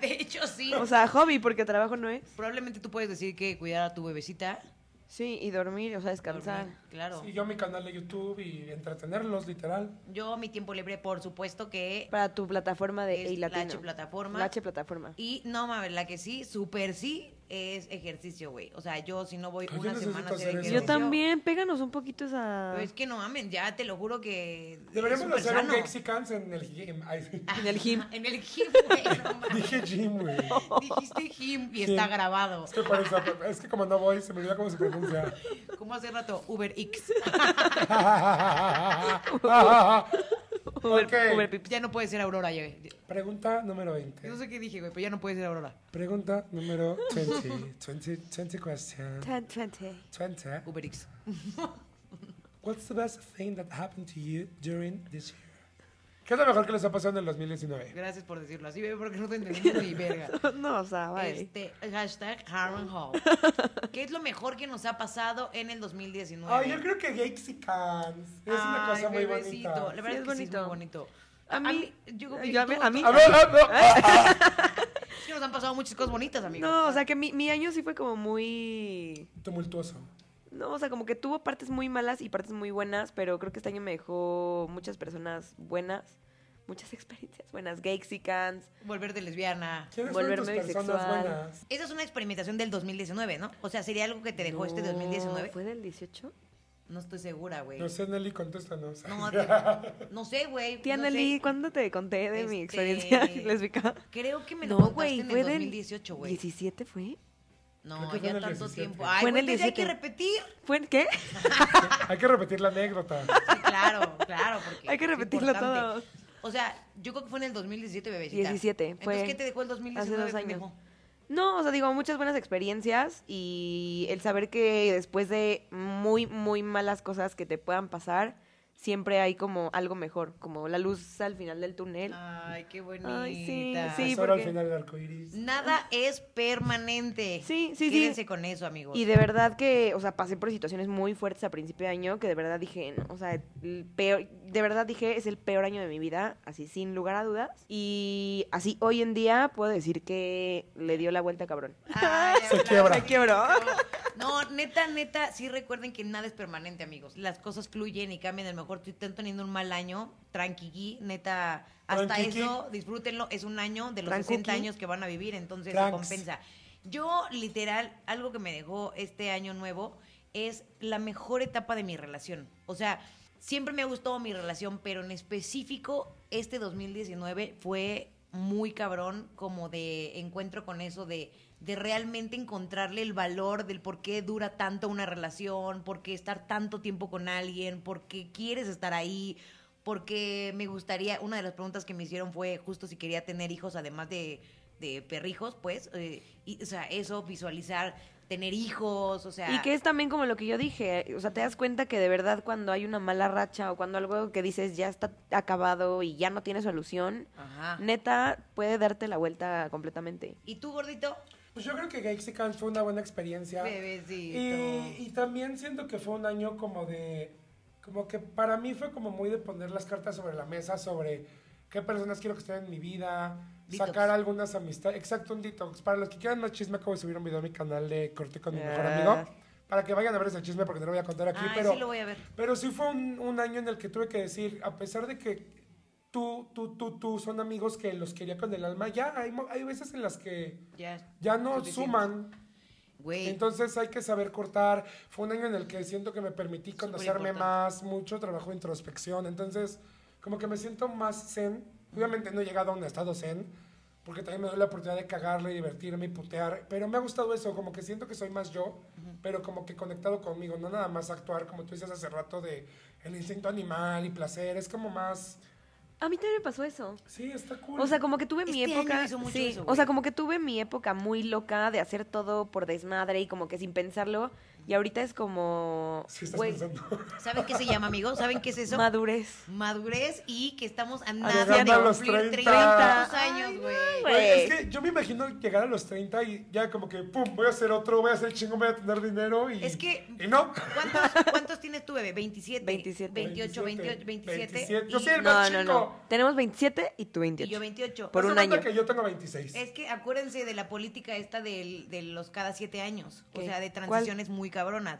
[SPEAKER 1] De hecho, sí.
[SPEAKER 3] O sea, hobby, porque trabajo no es.
[SPEAKER 1] Probablemente tú puedes decir que cuidar a tu bebecita.
[SPEAKER 3] Sí, y dormir, o sea, descansar.
[SPEAKER 1] dormir, Claro.
[SPEAKER 2] Y yo mi canal de YouTube y entretenerlos, literal.
[SPEAKER 1] Yo, mi tiempo libre, por supuesto que
[SPEAKER 3] Para tu plataforma de
[SPEAKER 1] Es
[SPEAKER 3] Ey
[SPEAKER 1] la
[SPEAKER 3] Latino.
[SPEAKER 1] H plataforma.
[SPEAKER 3] La H plataforma.
[SPEAKER 1] Y no mames, la que sí, súper sí, es ejercicio, güey. O sea, yo si no voy
[SPEAKER 2] Ay, yo
[SPEAKER 1] una
[SPEAKER 2] necesito
[SPEAKER 1] semana a hacer
[SPEAKER 2] hacer eso.
[SPEAKER 1] ejercicio.
[SPEAKER 3] Yo también, péganos un poquito esa...
[SPEAKER 1] Pero es que no mamen, ya te lo juro que. es
[SPEAKER 2] Deberíamos
[SPEAKER 1] súper
[SPEAKER 2] hacer un
[SPEAKER 1] sano.
[SPEAKER 2] gexicans en el gym. Ay, sí.
[SPEAKER 1] Ah,
[SPEAKER 3] En el gym.
[SPEAKER 1] En el gym, güey. no mames.
[SPEAKER 2] Dije gym, güey.
[SPEAKER 1] Dijiste gym y
[SPEAKER 2] Sí.
[SPEAKER 1] está grabado.
[SPEAKER 2] Es que, por eso, es que como no voy, se me olvida cómo se pronuncia.
[SPEAKER 1] Como hace rato, Uber X.
[SPEAKER 3] Uber,
[SPEAKER 2] Ok.
[SPEAKER 3] Uber Pips.
[SPEAKER 1] ya no puede ser Aurora, ya. güey.
[SPEAKER 2] Pregunta número
[SPEAKER 1] Yo no
[SPEAKER 2] 20.
[SPEAKER 1] sé qué dije, güey, pero ya no puede ser Aurora.
[SPEAKER 2] Pregunta número 20. 20, 20 question.
[SPEAKER 3] Tan, tan, tan.
[SPEAKER 2] 20.
[SPEAKER 1] Uber X.
[SPEAKER 2] What's the best thing that happened to you during this year? ¿Qué es lo mejor que les ha pasado en el 2019?
[SPEAKER 1] Gracias por decirlo así, güey, porque no te entendí ni verga.
[SPEAKER 3] No, o sea, vale.
[SPEAKER 1] Este, hashtag Harren Hall. ¿Qué es lo mejor que nos ha pasado en el 2019?
[SPEAKER 2] Ay, yo creo que Gexicans. Es una
[SPEAKER 1] Ay,
[SPEAKER 2] cosa muy
[SPEAKER 1] bebecito.
[SPEAKER 2] bonita.
[SPEAKER 1] La verdad
[SPEAKER 3] Sí,
[SPEAKER 1] es,
[SPEAKER 3] es
[SPEAKER 1] que sí es muy
[SPEAKER 3] bonito.
[SPEAKER 1] bonito. A mí, yo creo que
[SPEAKER 3] yo a mí-
[SPEAKER 1] tú-
[SPEAKER 3] a mí-
[SPEAKER 2] A ver, a ver,
[SPEAKER 1] es que nos han pasado muchas cosas bonitas, amigo.
[SPEAKER 3] No, o sea, que mi, mi año sí fue como muy...
[SPEAKER 2] Tumultuoso.
[SPEAKER 3] No, o sea, como que tuvo partes muy malas y partes muy buenas, pero creo que este año me dejó muchas personas buenas, muchas experiencias buenas, gexicans.
[SPEAKER 1] Volverte lesbiana.
[SPEAKER 2] ¿Quiénes fueron tus
[SPEAKER 3] Volverme
[SPEAKER 2] personas
[SPEAKER 3] bisexual.
[SPEAKER 2] buenas?
[SPEAKER 1] Esa es una experimentación del 2019, ¿no? O sea, sería algo que te dejó este 2019.
[SPEAKER 3] ¿Fue del 18?
[SPEAKER 1] No estoy segura, güey.
[SPEAKER 2] No sé, Nelly, contéstanos.
[SPEAKER 1] No, te- no sé, güey.
[SPEAKER 3] Tía
[SPEAKER 1] no
[SPEAKER 3] Nelly,
[SPEAKER 1] sé.
[SPEAKER 3] ¿cuándo te conté de
[SPEAKER 1] Este,
[SPEAKER 3] mi experiencia lésbica?
[SPEAKER 1] Creo que me lo
[SPEAKER 3] No,
[SPEAKER 1] contaste
[SPEAKER 3] güey,
[SPEAKER 1] en
[SPEAKER 3] fue
[SPEAKER 1] el
[SPEAKER 3] del
[SPEAKER 1] 2018, güey.
[SPEAKER 3] ¿17 fue?
[SPEAKER 1] No,
[SPEAKER 2] Creo que fue
[SPEAKER 1] ya
[SPEAKER 2] en el
[SPEAKER 1] tanto
[SPEAKER 2] 17.
[SPEAKER 1] tiempo. Ay,
[SPEAKER 3] Fue en el
[SPEAKER 1] güey, entonces hay que
[SPEAKER 3] 17.
[SPEAKER 1] repetir.
[SPEAKER 3] ¿Fue en qué?
[SPEAKER 2] Hay que repetir la anécdota.
[SPEAKER 1] Sí, claro, claro. Porque
[SPEAKER 3] Hay que
[SPEAKER 1] es
[SPEAKER 3] repetirlo
[SPEAKER 1] importante.
[SPEAKER 3] todo.
[SPEAKER 1] O sea, yo creo que fue en el 2017, bebecita.
[SPEAKER 3] 17, fue
[SPEAKER 1] Entonces, ¿qué te dejó el 2019?
[SPEAKER 3] hace dos años.
[SPEAKER 1] pendejo?
[SPEAKER 3] No, o sea, digo, muchas buenas experiencias y el saber que después de muy, muy malas cosas que te puedan pasar, siempre hay como algo mejor, como la luz al final del túnel.
[SPEAKER 1] Ay, qué bonita. Pues,
[SPEAKER 3] Ay,
[SPEAKER 2] Sí,
[SPEAKER 3] Sí,
[SPEAKER 2] Solo Ah, al
[SPEAKER 3] porque-
[SPEAKER 2] final del arco iris.
[SPEAKER 1] Nada es permanente.
[SPEAKER 3] Sí, sí, sí.
[SPEAKER 1] Quédense con eso, amigos.
[SPEAKER 3] Y de verdad que, o sea, pasé por situaciones muy fuertes a principio de año que de verdad dije, no, o sea, el peor, de verdad dije, es el peor año de mi vida, así sin lugar a dudas. Y así hoy en día puedo decir que le dio la vuelta cabrón.
[SPEAKER 1] Ay,
[SPEAKER 2] Se
[SPEAKER 1] hablando
[SPEAKER 2] quiebra.
[SPEAKER 1] de
[SPEAKER 2] Se
[SPEAKER 3] quiebró.
[SPEAKER 1] eso. No, neta, neta, sí recuerden que nada es permanente, amigos. Las cosas fluyen y cambian. A lo mejor tú están teniendo un mal año, tranquiquí, neta. Hasta
[SPEAKER 2] Tranquiqui.
[SPEAKER 1] eso, disfrútenlo. Es un año de los
[SPEAKER 3] Trancuqui.
[SPEAKER 1] 60 años que van a vivir, entonces se
[SPEAKER 2] Tranks.
[SPEAKER 1] compensa. Yo, literal, algo que me dejó este año nuevo es la mejor etapa de mi relación. O sea, siempre me ha gustado mi relación, pero en específico, este 2019 fue muy cabrón como de encuentro con eso de, de realmente encontrarle el valor del por qué dura tanto una relación, por qué estar tanto tiempo con alguien, por qué quieres estar ahí. porque me gustaría, una de las preguntas que me hicieron fue justo si quería tener hijos, además de, de perrijos, pues, eh, y, o sea, eso, visualizar tener hijos, o sea...
[SPEAKER 3] Y que es también como lo que yo dije, eh, o sea, te das cuenta que de verdad cuando hay una mala racha o cuando algo que dices ya está acabado y ya no tiene solución,
[SPEAKER 1] Ajá.
[SPEAKER 3] neta puede darte la vuelta completamente.
[SPEAKER 1] ¿Y tú, gordito?
[SPEAKER 2] Pues yo creo que Gexicans fue una buena experiencia.
[SPEAKER 1] Bebecito.
[SPEAKER 2] Y, y también siento que fue un año como de. Como que para mí fue como muy de poner las cartas sobre la mesa, sobre qué personas quiero que estén en mi vida,
[SPEAKER 1] Detox.
[SPEAKER 2] sacar algunas amistades. Exacto, un detox. Para los que quieran más chisme, acabo de subir un video a mi canal de Corté con mi mejor
[SPEAKER 3] Ah.
[SPEAKER 2] amigo. Para que vayan a ver ese chisme porque no lo voy a contar aquí.
[SPEAKER 1] Ay,
[SPEAKER 2] pero
[SPEAKER 1] Ah, sí lo voy a ver.
[SPEAKER 2] pero sí fue un, un año en el que tuve que decir, a pesar de que tú, tú, tú, tú son amigos que los quería con el alma, ya hay, mo- hay veces en las que
[SPEAKER 1] Ya,
[SPEAKER 2] ya no
[SPEAKER 1] Suficiente.
[SPEAKER 2] suman.
[SPEAKER 1] güey.
[SPEAKER 2] Entonces hay que saber cortar. Fue un año en el que siento que me permití
[SPEAKER 1] Súper
[SPEAKER 2] conocerme
[SPEAKER 1] importante.
[SPEAKER 2] más, mucho trabajo de introspección. Entonces, como que me siento más zen. Obviamente no he llegado a un estado zen, porque también me doy la oportunidad de cagarle, divertirme y putear. Pero me ha gustado eso, como que siento que soy más yo, pero como que conectado conmigo. No nada más actuar, como tú dices hace rato, de el instinto animal y placer. Es como más...
[SPEAKER 3] A mí también me pasó eso.
[SPEAKER 2] Sí, está cool.
[SPEAKER 3] O sea, como que tuve mi
[SPEAKER 1] Este año
[SPEAKER 3] época.
[SPEAKER 1] hizo mucho
[SPEAKER 3] sí,
[SPEAKER 1] eso, güey.
[SPEAKER 3] o sea, como que tuve mi época muy loca de hacer todo por desmadre y como que sin pensarlo. Y ahorita es como.
[SPEAKER 2] Sí, estás
[SPEAKER 3] güey,
[SPEAKER 2] pensando.
[SPEAKER 1] ¿Saben qué se llama, amigos? ¿Saben qué es eso?
[SPEAKER 3] madurez.
[SPEAKER 1] Madurez y que estamos a nada
[SPEAKER 2] Llegando
[SPEAKER 1] de
[SPEAKER 2] a los
[SPEAKER 1] cumplir
[SPEAKER 2] 30.
[SPEAKER 1] 30
[SPEAKER 3] Ay,
[SPEAKER 1] años,
[SPEAKER 3] no,
[SPEAKER 1] güey.
[SPEAKER 3] güey.
[SPEAKER 2] Güey, Pues, es que yo me imagino llegar a los 30 y ya como que, pum, voy a hacer otro, voy a hacer chingón, voy a tener dinero y...
[SPEAKER 1] Es que-
[SPEAKER 2] Y no.
[SPEAKER 1] ¿Cuántos, ¿Cuántos tienes tú, bebé? 27.
[SPEAKER 3] 27.
[SPEAKER 1] 28, 28, 27.
[SPEAKER 2] 27. Yo
[SPEAKER 1] y-
[SPEAKER 2] soy el
[SPEAKER 3] No,
[SPEAKER 2] más
[SPEAKER 3] no,
[SPEAKER 2] chico.
[SPEAKER 3] no. Tenemos 27 y tú
[SPEAKER 1] Y
[SPEAKER 3] 28.
[SPEAKER 1] yo 28.
[SPEAKER 3] Por
[SPEAKER 2] Haz de
[SPEAKER 3] un
[SPEAKER 2] cuenta
[SPEAKER 3] año.
[SPEAKER 2] Pues que yo tengo 26.
[SPEAKER 1] Es que acuérdense de la política esta del- de los cada siete años. O
[SPEAKER 3] ¿Qué?
[SPEAKER 1] sea, de
[SPEAKER 3] ¿Cuál?
[SPEAKER 1] transiciones muy cabronas.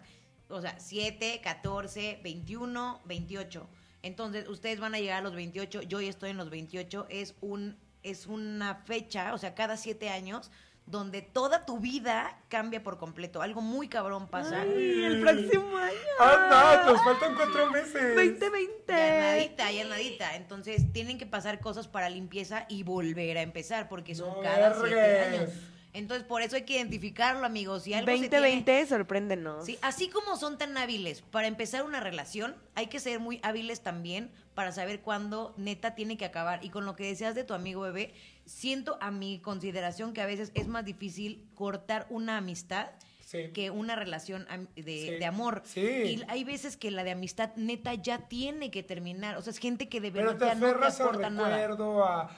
[SPEAKER 1] O sea, 7, 14, 21, 28. Entonces, ustedes van a llegar a los 28. Yo ya estoy en los 28. Es, un, es una fecha, o sea, cada siete años, donde toda tu vida cambia por completo. Algo muy cabrón pasa.
[SPEAKER 3] Ay, el próximo año.
[SPEAKER 2] Anda, nos faltan cuatro meses.
[SPEAKER 3] 2020.
[SPEAKER 1] Ya nadita,
[SPEAKER 2] Este.
[SPEAKER 1] ya nadita. Entonces tienen que pasar cosas para limpieza y volver a empezar, porque son
[SPEAKER 2] No
[SPEAKER 1] cada siete
[SPEAKER 2] vergues.
[SPEAKER 1] años. Entonces por eso hay que identificarlo, amigos. Si algo se tiene-
[SPEAKER 3] 2020, sorpréndenos.
[SPEAKER 1] Sí, así como son tan hábiles para empezar una relación, hay que ser muy hábiles también para saber cuándo neta tiene que acabar. Y con lo que decías de tu amigo bebé, siento a mi consideración que a veces es más difícil cortar una amistad
[SPEAKER 2] Sí.
[SPEAKER 1] que una relación am- de,
[SPEAKER 2] Sí.
[SPEAKER 1] de amor.
[SPEAKER 2] Sí.
[SPEAKER 1] Y hay veces que la de amistad neta ya tiene que terminar. O sea, es gente que de
[SPEAKER 2] Pero
[SPEAKER 1] verdad
[SPEAKER 2] te
[SPEAKER 1] ya no te
[SPEAKER 2] aferras al
[SPEAKER 1] aporta nada.
[SPEAKER 2] recuerdo, a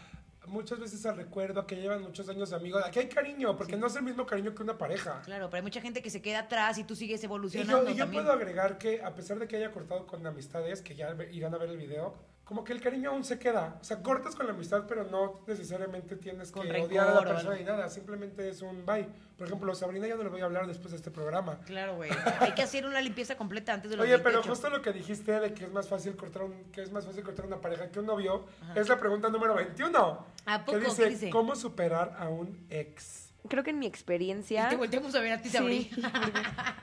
[SPEAKER 2] muchas veces al recuerdo, a que llevan muchos años de amigos. Aquí hay cariño, porque no es el mismo cariño que una pareja.
[SPEAKER 1] Claro, pero hay mucha gente que se queda atrás y tú sigues
[SPEAKER 2] Y
[SPEAKER 1] evolucionando
[SPEAKER 2] yo, y yo
[SPEAKER 1] también.
[SPEAKER 2] puedo agregar que, a pesar de que haya cortado con amistades, que ya ve- irán a ver el video, como que el cariño aún se queda. O sea, cortas con la amistad, pero no necesariamente tienes que
[SPEAKER 1] Con
[SPEAKER 2] odiar a
[SPEAKER 1] rencor
[SPEAKER 2] la
[SPEAKER 1] o
[SPEAKER 2] persona
[SPEAKER 1] algo.
[SPEAKER 2] ni nada. Simplemente es un bye. Por ejemplo, Sabrina ya no le voy a hablar después de este programa.
[SPEAKER 1] Claro, güey. Hay que hacer una limpieza completa antes de los
[SPEAKER 2] Oye, pero
[SPEAKER 1] 28.
[SPEAKER 2] justo lo que dijiste de que es más fácil cortar un, que es más fácil cortar una pareja que un novio, es la pregunta número 21.
[SPEAKER 1] ¿A poco?
[SPEAKER 2] Que
[SPEAKER 1] ¿Qué
[SPEAKER 2] dice,
[SPEAKER 1] dice?
[SPEAKER 2] ¿cómo superar a un ex?
[SPEAKER 3] Creo que en mi experiencia.
[SPEAKER 1] Y te volteamos a ver a ti, Sabri.
[SPEAKER 3] Sí.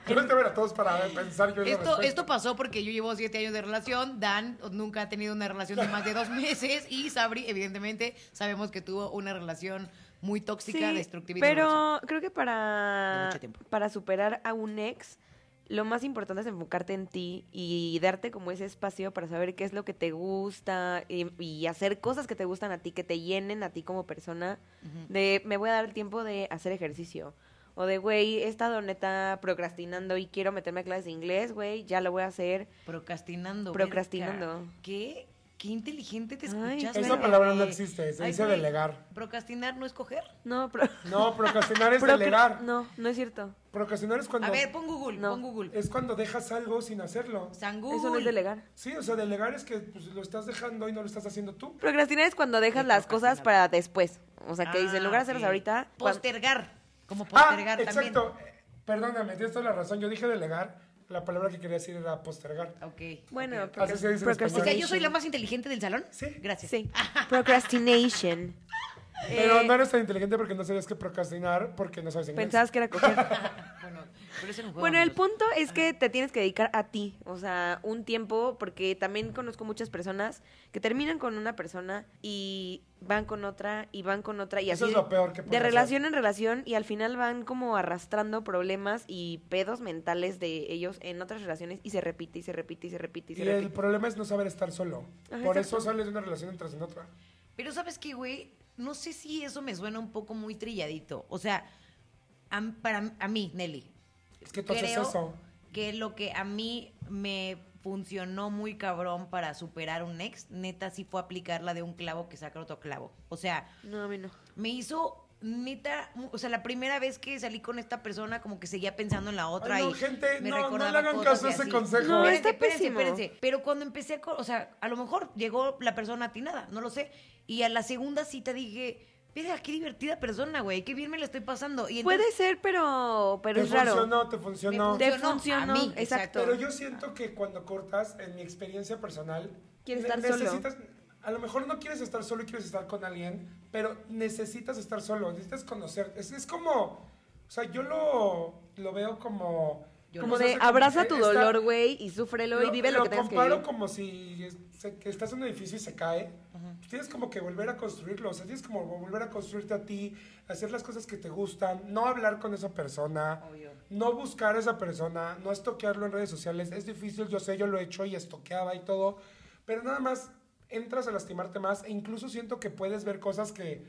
[SPEAKER 2] Yo no te voy a todos para pensar yo en la
[SPEAKER 1] Ah, Esto,
[SPEAKER 2] respuesta.
[SPEAKER 1] esto pasó porque yo llevo siete años de relación, Dan nunca ha tenido una relación de más de dos meses y Sabri, evidentemente, sabemos que tuvo una relación muy tóxica,
[SPEAKER 3] Sí,
[SPEAKER 1] destructiva y dolorosa.
[SPEAKER 3] Pero creo que
[SPEAKER 1] De
[SPEAKER 3] para,
[SPEAKER 1] mucho tiempo.
[SPEAKER 3] para superar a un ex, lo más importante es enfocarte en ti y darte como ese espacio para saber qué es lo que te gusta y, y hacer cosas que te gustan a ti, que te llenen a ti como persona. De me voy a dar el tiempo de hacer ejercicio. O de, güey, he estado neta procrastinando y quiero meterme a clases de inglés, güey, ya lo voy a hacer.
[SPEAKER 1] Procrastinando.
[SPEAKER 3] Procrastinando.
[SPEAKER 1] verga. ah, ¿Qué? Qué inteligente te
[SPEAKER 3] Ay,
[SPEAKER 1] escuchas.
[SPEAKER 2] Esa
[SPEAKER 1] verga,
[SPEAKER 2] palabra no
[SPEAKER 1] güey.
[SPEAKER 2] existe, se
[SPEAKER 1] Ay,
[SPEAKER 2] dice
[SPEAKER 1] güey,
[SPEAKER 2] delegar.
[SPEAKER 1] Procrastinar no es coger.
[SPEAKER 3] No, pro-
[SPEAKER 2] No, procrastinar es
[SPEAKER 3] procra-
[SPEAKER 2] delegar.
[SPEAKER 3] No, no es cierto.
[SPEAKER 2] Procrastinar es cuando,
[SPEAKER 1] A ver, pon Google,
[SPEAKER 3] No.
[SPEAKER 1] pon Google.
[SPEAKER 2] es cuando dejas algo sin hacerlo.
[SPEAKER 1] San Google.
[SPEAKER 3] Eso no es delegar.
[SPEAKER 2] Sí, o sea, delegar es que pues, lo estás dejando y no lo estás haciendo tú.
[SPEAKER 3] Procrastinar es cuando dejas las cosas
[SPEAKER 1] procrastinar.
[SPEAKER 3] para después. O sea, que dices, en
[SPEAKER 1] Ah,
[SPEAKER 3] lugar de hacerlas
[SPEAKER 1] ok. Pues
[SPEAKER 3] ahorita, cuan-
[SPEAKER 1] Postergar. Como
[SPEAKER 2] Ah,
[SPEAKER 1] postergar también.
[SPEAKER 2] exacto. Eh, Perdóname, tienes toda la razón. Yo dije delegar, la palabra que quería decir era postergar.
[SPEAKER 1] Ok.
[SPEAKER 3] Bueno, pues
[SPEAKER 1] ok, ok.
[SPEAKER 2] Así se dice en
[SPEAKER 1] O
[SPEAKER 3] procrastinar.
[SPEAKER 1] sea,
[SPEAKER 2] español.
[SPEAKER 1] Ah, yo soy la más inteligente del salón.
[SPEAKER 2] Sí.
[SPEAKER 1] Gracias.
[SPEAKER 3] Sí. Procrastination.
[SPEAKER 2] Pero
[SPEAKER 3] Eh,
[SPEAKER 2] no eres tan inteligente porque no sabías que procrastinar porque no sabes inglés.
[SPEAKER 3] Pensabas que era coger.
[SPEAKER 1] Bueno, pero es en un juego.
[SPEAKER 3] Bueno, el
[SPEAKER 1] amigos.
[SPEAKER 3] punto es que te tienes que dedicar a ti, o sea, un tiempo, porque también conozco muchas personas que terminan con una persona y van con otra y van con otra y así.
[SPEAKER 2] Eso es lo peor que puede
[SPEAKER 3] De
[SPEAKER 2] pasar.
[SPEAKER 3] relación en relación y al final van como arrastrando problemas y pedos mentales de ellos en otras relaciones y se repite y se repite y se repite y se
[SPEAKER 2] Y el
[SPEAKER 3] repite.
[SPEAKER 2] problema es no saber estar solo.
[SPEAKER 3] Ajá,
[SPEAKER 2] Por
[SPEAKER 3] exacto.
[SPEAKER 2] eso sales de una relación y entras en otra.
[SPEAKER 1] Pero sabes qué, güey, no sé si eso me suena un poco muy trilladito. O sea, a, para, a mí, Nelly,
[SPEAKER 2] Es que entonces
[SPEAKER 1] creo
[SPEAKER 2] eso.
[SPEAKER 1] que lo que a mí me funcionó muy cabrón para superar un ex, neta, sí fue aplicar la de un clavo que saca otro clavo. O sea,
[SPEAKER 3] No, a mí no.
[SPEAKER 1] me hizo neta, o sea, la primera vez que salí con esta persona como que seguía pensando en la otra
[SPEAKER 2] Ay, no,
[SPEAKER 1] y
[SPEAKER 2] gente,
[SPEAKER 1] me
[SPEAKER 2] no, no
[SPEAKER 1] recordaba
[SPEAKER 2] le hagan
[SPEAKER 1] cosas
[SPEAKER 2] caso a
[SPEAKER 1] y
[SPEAKER 2] ese
[SPEAKER 1] así.
[SPEAKER 2] consejo. ¿eh?
[SPEAKER 3] No,
[SPEAKER 1] espérense,
[SPEAKER 3] está
[SPEAKER 1] espérense,
[SPEAKER 3] pésimo.
[SPEAKER 1] espérense. Pero cuando empecé a, co- o sea, a lo mejor llegó la persona atinada, no lo sé, y a la segunda cita dije, "Verga, qué divertida persona, güey, qué bien me la estoy pasando." Y entonces-
[SPEAKER 3] Puede ser, pero, pero
[SPEAKER 2] te
[SPEAKER 3] es raro.
[SPEAKER 2] funcionó, te
[SPEAKER 1] me
[SPEAKER 2] funcionó.
[SPEAKER 3] Te
[SPEAKER 1] funcionó a
[SPEAKER 3] funcionó,
[SPEAKER 1] mí,
[SPEAKER 3] exacto.
[SPEAKER 2] Pero yo siento que cuando cortas, en mi experiencia personal,
[SPEAKER 3] Quieres
[SPEAKER 2] ne-
[SPEAKER 3] estar solo.
[SPEAKER 2] necesitas, a lo mejor no quieres estar solo y quieres estar con alguien, pero necesitas estar solo, necesitas conocer. Es, es como, o sea, yo lo, lo veo como...
[SPEAKER 1] Yo
[SPEAKER 3] Como
[SPEAKER 2] se
[SPEAKER 3] de
[SPEAKER 2] hace
[SPEAKER 3] abraza tu
[SPEAKER 2] esta-
[SPEAKER 3] dolor, güey, y súfrelo y vive lo, que tengas que
[SPEAKER 2] comparo
[SPEAKER 3] vivir.
[SPEAKER 2] como si es- se- que estás en un edificio y se cae. Pues Tienes como que volver a construirlo. O sea, tienes como volver a construirte a ti, hacer las cosas que te gustan, no hablar con esa persona,
[SPEAKER 1] Obvio.
[SPEAKER 2] no buscar a esa persona, no estoquearlo en redes sociales. Es difícil, yo sé, yo lo he hecho y estoqueaba y todo. Pero nada más entras a lastimarte más e incluso siento que puedes ver cosas que...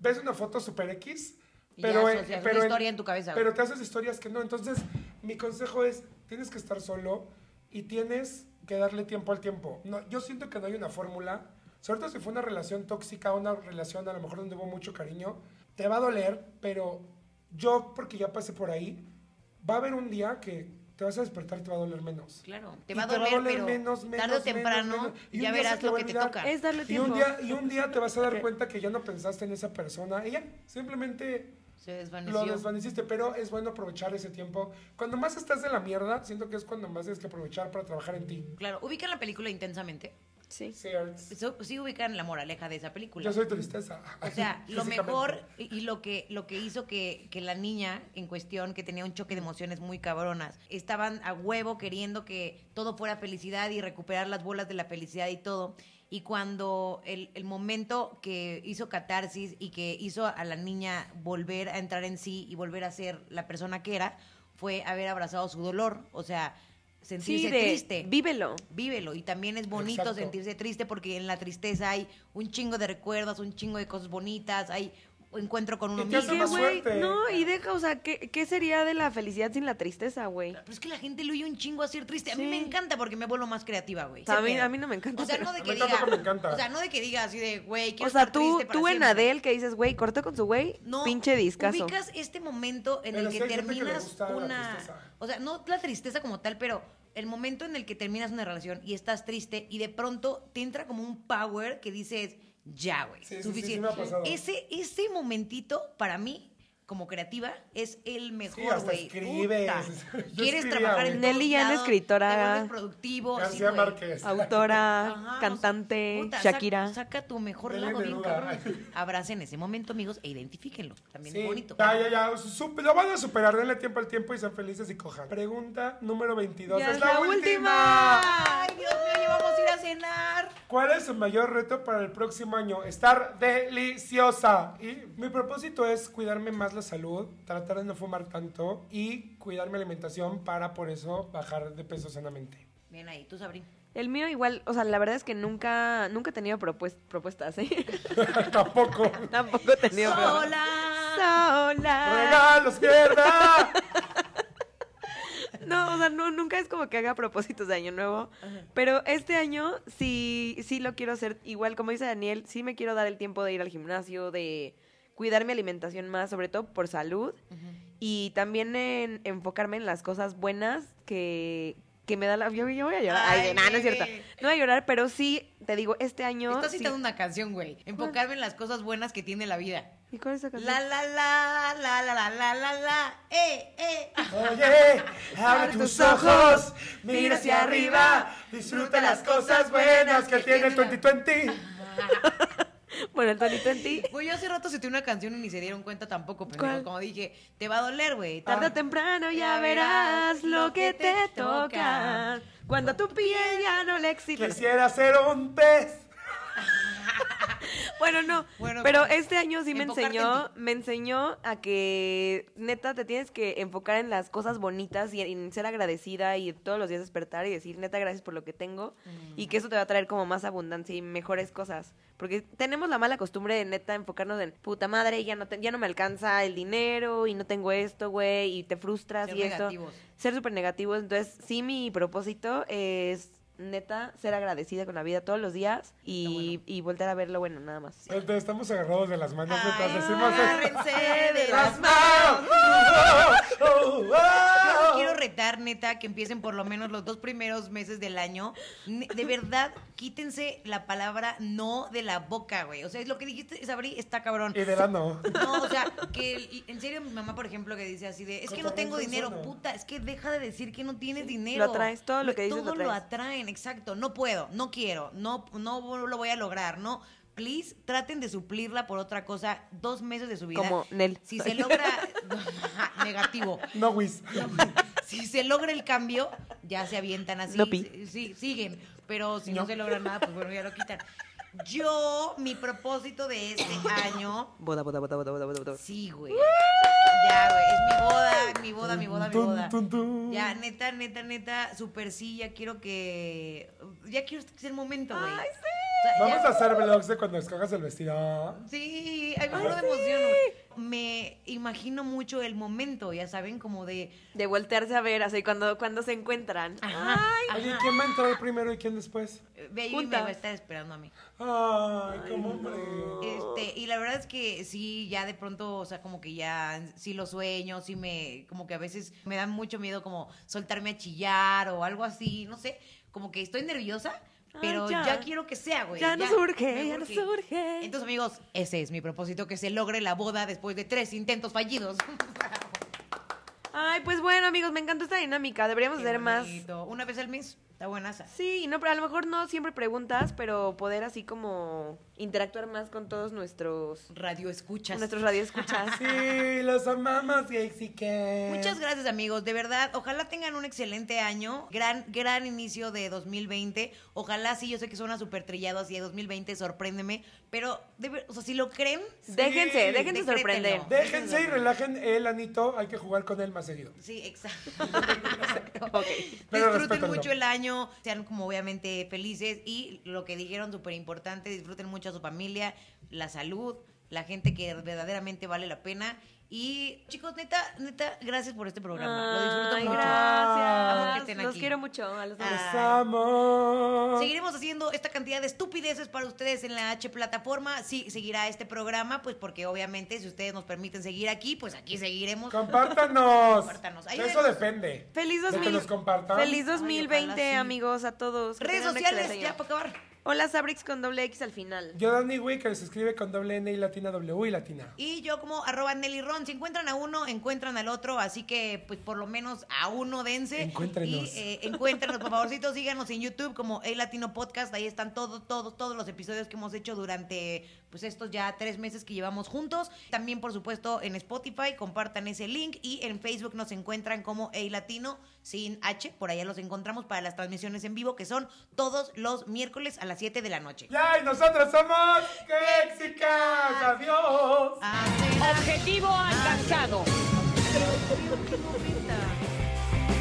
[SPEAKER 2] Ves una foto super X,
[SPEAKER 1] Y ya
[SPEAKER 2] pero, en-
[SPEAKER 1] asocias una
[SPEAKER 2] pero
[SPEAKER 1] historia en tu cabeza, güey.
[SPEAKER 2] Pero te haces historias que no. Entonces, mi consejo es, tienes que estar solo y tienes que darle tiempo al tiempo. No, yo siento que no hay una fórmula. Sobre todo si fue una relación tóxica, una relación a lo mejor donde hubo mucho cariño, te va a doler, pero yo, porque ya pasé por ahí, va a haber un día que te vas a despertar y te va a doler menos.
[SPEAKER 1] Claro,
[SPEAKER 2] Y
[SPEAKER 1] te va a doler, pero tarde o temprano
[SPEAKER 2] menos, menos. Y un
[SPEAKER 1] ya
[SPEAKER 2] día se
[SPEAKER 1] verás
[SPEAKER 2] te va
[SPEAKER 1] lo
[SPEAKER 2] a
[SPEAKER 1] que te
[SPEAKER 2] olvidar.
[SPEAKER 1] toca.
[SPEAKER 3] Es darle
[SPEAKER 2] Y un,
[SPEAKER 3] tiempo.
[SPEAKER 2] día, y un día te vas a dar
[SPEAKER 3] Ok.
[SPEAKER 2] cuenta que ya no pensaste en esa persona. Y ya, simplemente
[SPEAKER 1] Se desvaneció.
[SPEAKER 2] lo desvaneciste, pero es bueno aprovechar ese tiempo. Cuando más estás de la mierda, siento que es cuando más tienes que aprovechar para trabajar en ti.
[SPEAKER 1] Claro, ubican la película intensamente.
[SPEAKER 3] Sí.
[SPEAKER 2] Sí, Arts.
[SPEAKER 1] So- sí ubican la moraleja de esa película.
[SPEAKER 2] Yo soy tristeza.
[SPEAKER 1] O sea, lo
[SPEAKER 2] Físicamente.
[SPEAKER 1] mejor y y lo que, lo que hizo que, que la niña en cuestión, que tenía un choque de emociones muy cabronas, estaban a huevo queriendo que todo fuera felicidad y recuperar las bolas de la felicidad y todo. Y cuando el, el momento que hizo catarsis y que hizo a la niña volver a entrar en sí y volver a ser la persona que era, fue haber abrazado su dolor. O sea, sentirse
[SPEAKER 3] Sí, de
[SPEAKER 1] triste
[SPEAKER 3] vívelo.
[SPEAKER 1] vívelo. Y también es bonito
[SPEAKER 2] Exacto.
[SPEAKER 1] sentirse triste porque en la tristeza hay un chingo de recuerdos, un chingo de cosas bonitas, hay encuentro con uno
[SPEAKER 2] Y te hace
[SPEAKER 1] mismo.
[SPEAKER 2] Qué
[SPEAKER 3] ¿Qué,
[SPEAKER 2] más
[SPEAKER 3] güey?
[SPEAKER 2] suerte.
[SPEAKER 3] No, y deja, o sea, ¿qué, qué sería de la felicidad sin la tristeza, güey?
[SPEAKER 1] Pero es que la gente le huye un chingo a ser triste. A mí
[SPEAKER 3] Sí.
[SPEAKER 1] me encanta porque me vuelvo más creativa, güey.
[SPEAKER 3] O sea, a
[SPEAKER 1] Ese
[SPEAKER 3] mí-
[SPEAKER 1] pedo.
[SPEAKER 3] a mí no me encanta,
[SPEAKER 1] O sea,
[SPEAKER 3] pero-
[SPEAKER 1] no de
[SPEAKER 2] A
[SPEAKER 1] que
[SPEAKER 2] mí tampoco
[SPEAKER 1] diga.
[SPEAKER 2] me encanta.
[SPEAKER 1] O sea, no de que diga así de, güey, quiero
[SPEAKER 3] O sea,
[SPEAKER 1] estar
[SPEAKER 3] tú,
[SPEAKER 1] triste para
[SPEAKER 3] tú en
[SPEAKER 1] siempre.
[SPEAKER 3] Adele que dices, güey, cortó con su güey,
[SPEAKER 1] No,
[SPEAKER 3] pinche discazo.
[SPEAKER 1] Ubicas este momento en
[SPEAKER 2] Pero
[SPEAKER 1] el
[SPEAKER 2] sí
[SPEAKER 1] que
[SPEAKER 2] hay gente que le
[SPEAKER 1] terminas
[SPEAKER 2] gusta la
[SPEAKER 1] una.
[SPEAKER 2] tristeza.
[SPEAKER 1] O sea, no la tristeza como tal, pero el momento en el que terminas una relación y estás triste y de pronto te entra como un power que dices, ya, güey.
[SPEAKER 2] Sí, sí, sí,
[SPEAKER 1] suficiente.
[SPEAKER 2] sí me ha pasado.
[SPEAKER 1] ese, ese momentito, para mí, como creativa, es el mejor,
[SPEAKER 2] hasta
[SPEAKER 1] güey.
[SPEAKER 2] escribes.
[SPEAKER 1] Puta.
[SPEAKER 2] Yo
[SPEAKER 1] Quieres
[SPEAKER 2] escribía,
[SPEAKER 1] trabajar
[SPEAKER 2] güey.
[SPEAKER 1] en
[SPEAKER 3] Nelly
[SPEAKER 1] todos
[SPEAKER 3] ya es
[SPEAKER 1] lados,
[SPEAKER 3] escritora.
[SPEAKER 1] Te vuelves productivo. sí,
[SPEAKER 2] García
[SPEAKER 1] güey.
[SPEAKER 2] Márquez.
[SPEAKER 3] Autora,
[SPEAKER 1] Ajá, o sea,
[SPEAKER 3] cantante,
[SPEAKER 1] puta, saca-
[SPEAKER 3] Shakira.
[SPEAKER 1] Saca, tu mejor
[SPEAKER 2] Belén
[SPEAKER 1] lado, bien
[SPEAKER 2] Neruda.
[SPEAKER 1] cabrón. Abracen ese momento, amigos, e identifíquenlo. También es
[SPEAKER 2] Sí,
[SPEAKER 1] bonito.
[SPEAKER 2] Ya, ya, ya. su- su- Lo van a superar. Denle tiempo al tiempo y sean felices y cojan. Pregunta número 22.
[SPEAKER 3] Ya
[SPEAKER 2] es la, última.
[SPEAKER 1] Ay, Dios mío, ya vamos a ir a cenar.
[SPEAKER 2] ¿Cuál es su mayor reto para el próximo año? Estar deliciosa. Y mi propósito es cuidarme más la salud, tratar de no fumar tanto y cuidar mi alimentación para por eso bajar de peso sanamente.
[SPEAKER 1] Bien ahí, tú Sabrín.
[SPEAKER 3] El mío igual, o sea, la verdad es que nunca, nunca he tenido propues- propuestas, ¿eh?
[SPEAKER 2] Tampoco.
[SPEAKER 3] Tampoco he tenido propuestas.
[SPEAKER 1] Hola.
[SPEAKER 3] Sola.
[SPEAKER 2] ¡Regalos, pierda!
[SPEAKER 3] No, o sea, no, nunca es como que haga propósitos de año nuevo. Pero este año sí, sí lo quiero hacer. Igual, como dice Daniel, sí me quiero dar el tiempo de ir al gimnasio, de cuidar mi alimentación más, sobre todo por salud. Y también en enfocarme en las cosas buenas que, que me da la... Yo, yo voy a llorar. Ay,
[SPEAKER 1] Ay,
[SPEAKER 3] no, no es
[SPEAKER 1] bebé.
[SPEAKER 3] cierto. No voy a llorar, pero sí, te digo, este año...
[SPEAKER 1] Estás
[SPEAKER 3] sí-
[SPEAKER 1] citando una canción, güey. Enfocarme en las cosas buenas que tiene la vida.
[SPEAKER 3] ¿Y cuál es esa canción?
[SPEAKER 1] La, la, la, la, la, la, la, la, la. Eh, eh.
[SPEAKER 2] Oye, abre tus ojos, mira hacia arriba, disfruta las cosas buenas que tiene el 2020.
[SPEAKER 3] Por el tonito en ti.
[SPEAKER 1] Güey, yo hace rato se una canción y ni se dieron cuenta tampoco,
[SPEAKER 3] ¿Cuál?
[SPEAKER 1] pero como dije, te va a doler, güey.
[SPEAKER 3] Tarde
[SPEAKER 1] Ah.
[SPEAKER 3] o temprano ya verás lo que te toca. Cuando tu piel ya no le exige.
[SPEAKER 2] Quisiera ser un pez.
[SPEAKER 3] Bueno, no.
[SPEAKER 1] Bueno,
[SPEAKER 3] pero
[SPEAKER 1] pues,
[SPEAKER 3] este año sí me
[SPEAKER 1] enfocarte en
[SPEAKER 3] enseñó, me enseñó a que neta te tienes que enfocar en las cosas bonitas y en ser agradecida y todos los días despertar y decir neta gracias por lo que tengo
[SPEAKER 1] Mm.
[SPEAKER 3] y que eso te va a traer como más abundancia y mejores cosas. Porque tenemos la mala costumbre de neta enfocarnos en puta madre, ya no te- ya no me alcanza el dinero y no tengo esto, güey, y te frustras
[SPEAKER 1] Ser
[SPEAKER 3] y esto.
[SPEAKER 1] negativos.
[SPEAKER 3] Ser súper negativos. Entonces, sí, mi propósito es neta ser agradecida con la vida todos los días y, y voltear a ver lo bueno, nada más.
[SPEAKER 2] Entonces, estamos agarrados de las manos mientras
[SPEAKER 1] Ay,
[SPEAKER 2] decimos esto.
[SPEAKER 1] agárrense de las manos.
[SPEAKER 2] Oh, oh,
[SPEAKER 1] Yo los
[SPEAKER 2] oh.
[SPEAKER 1] quiero retar, neta, que empiecen por lo menos los dos primeros meses del año. Ne- De verdad, quítense la palabra no de la boca, güey. O sea, es lo que dijiste, Sabri, está cabrón.
[SPEAKER 2] Y de la no.
[SPEAKER 1] No, o sea, que el- en serio mi mamá, por ejemplo, que dice así de, es que no
[SPEAKER 2] Cotorreo
[SPEAKER 1] tengo dinero,
[SPEAKER 2] sensual, ¿no?
[SPEAKER 1] puta, es que deja de decir que no tienes dinero.
[SPEAKER 3] lo atraes, todo lo que dices
[SPEAKER 1] Todo
[SPEAKER 3] lo atraes.
[SPEAKER 1] atraen, exacto. No puedo, no quiero, no, no lo voy a lograr, no. Please, traten de suplirla por otra cosa dos meses de su vida.
[SPEAKER 3] Como Nel.
[SPEAKER 1] Si se logra... negativo.
[SPEAKER 2] No, Wiz.
[SPEAKER 1] Si se logra el cambio, ya se avientan así.
[SPEAKER 3] No pi.
[SPEAKER 1] sí, sí, siguen. Pero si no.
[SPEAKER 2] No.
[SPEAKER 1] se logra nada, pues bueno, ya lo quitan. Yo, mi propósito de este año.
[SPEAKER 3] Boda, boda, boda, boda, boda, boda, boda.
[SPEAKER 1] Sí, güey. Ya, güey. Es mi boda, mi boda, mi
[SPEAKER 2] Tun,
[SPEAKER 1] boda, mi
[SPEAKER 2] tun,
[SPEAKER 1] boda.
[SPEAKER 2] tun.
[SPEAKER 1] Ya, neta, neta, neta, super sí, ya quiero que. Ya quiero que sea el momento, güey.
[SPEAKER 3] Ay,
[SPEAKER 1] sí.
[SPEAKER 2] Vamos a hacer vlogs de cuando escojas el vestido.
[SPEAKER 1] Sí, hay mucho de emoción, güey. Me imagino mucho el momento, ya saben, como de.
[SPEAKER 3] De voltearse a ver, así cuando, cuando se encuentran.
[SPEAKER 1] Ajá,
[SPEAKER 3] Ay,
[SPEAKER 2] Oye,
[SPEAKER 1] ajá.
[SPEAKER 2] ¿quién va a entrar primero y quién después?
[SPEAKER 1] Baby
[SPEAKER 3] Juntas.
[SPEAKER 1] me va a estar esperando a mí.
[SPEAKER 2] Ay, cómo hombre.
[SPEAKER 1] Este, y la verdad es que sí, ya de pronto, o sea, como que ya sí lo sueño, sí me, como que a veces me da mucho miedo como soltarme a chillar o algo así, no sé, como que estoy nerviosa, pero
[SPEAKER 3] Ah, ya.
[SPEAKER 1] ya. quiero que sea, güey.
[SPEAKER 3] Ya nos urge,
[SPEAKER 1] me
[SPEAKER 3] ya nos
[SPEAKER 1] urge.
[SPEAKER 3] urge.
[SPEAKER 1] Entonces, amigos, ese es mi propósito, que se logre la boda después de tres intentos fallidos.
[SPEAKER 3] Pues Ay, pues bueno, amigos, me encantó esta dinámica. Deberíamos
[SPEAKER 1] Qué
[SPEAKER 3] hacer más.
[SPEAKER 1] bonito. Una vez al mes, está buenaza.
[SPEAKER 3] Sí, no, pero a lo mejor no siempre preguntas, pero poder así como interactuar más con todos nuestros
[SPEAKER 1] Radio escuchas.
[SPEAKER 3] nuestros radioescuchas.
[SPEAKER 2] Sí, los amamos, gays y que.
[SPEAKER 1] Muchas gracias amigos, de verdad, ojalá tengan un excelente año, gran, gran inicio de 2020, ojalá sí, yo sé que suena súper trillado así de 2020, sorpréndeme, pero, de ver- o sea, si lo creen,
[SPEAKER 3] Déjense,
[SPEAKER 2] Sí.
[SPEAKER 3] déjense
[SPEAKER 1] Decrétenlo.
[SPEAKER 3] sorprender.
[SPEAKER 2] Déjense y relajen el anito, hay que jugar con él más seguido.
[SPEAKER 1] sí, exacto. Exacto.
[SPEAKER 2] Pero
[SPEAKER 1] Disfruten
[SPEAKER 2] respétenlo.
[SPEAKER 1] mucho el año, sean como obviamente felices y lo que dijeron súper importante, disfruten mucho a su familia, la salud, la gente que verdaderamente vale la pena y chicos, neta, neta, gracias por este programa, lo disfruto
[SPEAKER 3] Ay,
[SPEAKER 1] mucho.
[SPEAKER 3] gracias.
[SPEAKER 1] Amo que estén
[SPEAKER 3] Los
[SPEAKER 1] aquí.
[SPEAKER 3] quiero mucho a los dos.
[SPEAKER 1] Ah.
[SPEAKER 2] Los amo.
[SPEAKER 1] Seguiremos haciendo esta cantidad de estupideces para ustedes en la H plataforma. Sí, seguirá este programa, pues porque obviamente si ustedes nos permiten seguir aquí, pues aquí seguiremos.
[SPEAKER 2] Compártanos.
[SPEAKER 1] Compártanos.
[SPEAKER 2] De
[SPEAKER 1] Ayúdenos.
[SPEAKER 2] Eso depende.
[SPEAKER 3] Feliz
[SPEAKER 2] De que
[SPEAKER 3] 2000.
[SPEAKER 2] nos compartan.
[SPEAKER 3] Feliz
[SPEAKER 1] Ay,
[SPEAKER 3] 2020,
[SPEAKER 1] ojalá sí.
[SPEAKER 3] amigos, a todos. Que
[SPEAKER 1] Redes
[SPEAKER 3] tengan un
[SPEAKER 1] sociales,
[SPEAKER 3] excelente
[SPEAKER 1] ya
[SPEAKER 3] año.
[SPEAKER 1] para acabar.
[SPEAKER 3] Hola Sabrix con doble X al final.
[SPEAKER 2] Yo, Danny Wicker, se escribe con doble N y latina W y latina.
[SPEAKER 1] Y yo como arroba Nelly Ron. Si encuentran a uno, encuentran al otro. Así que, pues por lo menos a uno dense.
[SPEAKER 2] Encuéntrenos.
[SPEAKER 1] Y eh, encuéntrenos, por favorcito, síganos en YouTube como El Latino Podcast. Ahí están todos, todos, todos los episodios que hemos hecho durante pues estos ya tres meses que llevamos juntos. También, por supuesto, en Spotify, compartan ese link. Y en Facebook nos encuentran como El Latino sin H. Por allá los encontramos para las transmisiones en vivo, que son todos los miércoles a las 7 de la noche.
[SPEAKER 2] Ya, y nosotros somos Gexicas. Adiós.
[SPEAKER 1] Hacen
[SPEAKER 4] Objetivo alcanzado.
[SPEAKER 1] ¿Qué momento?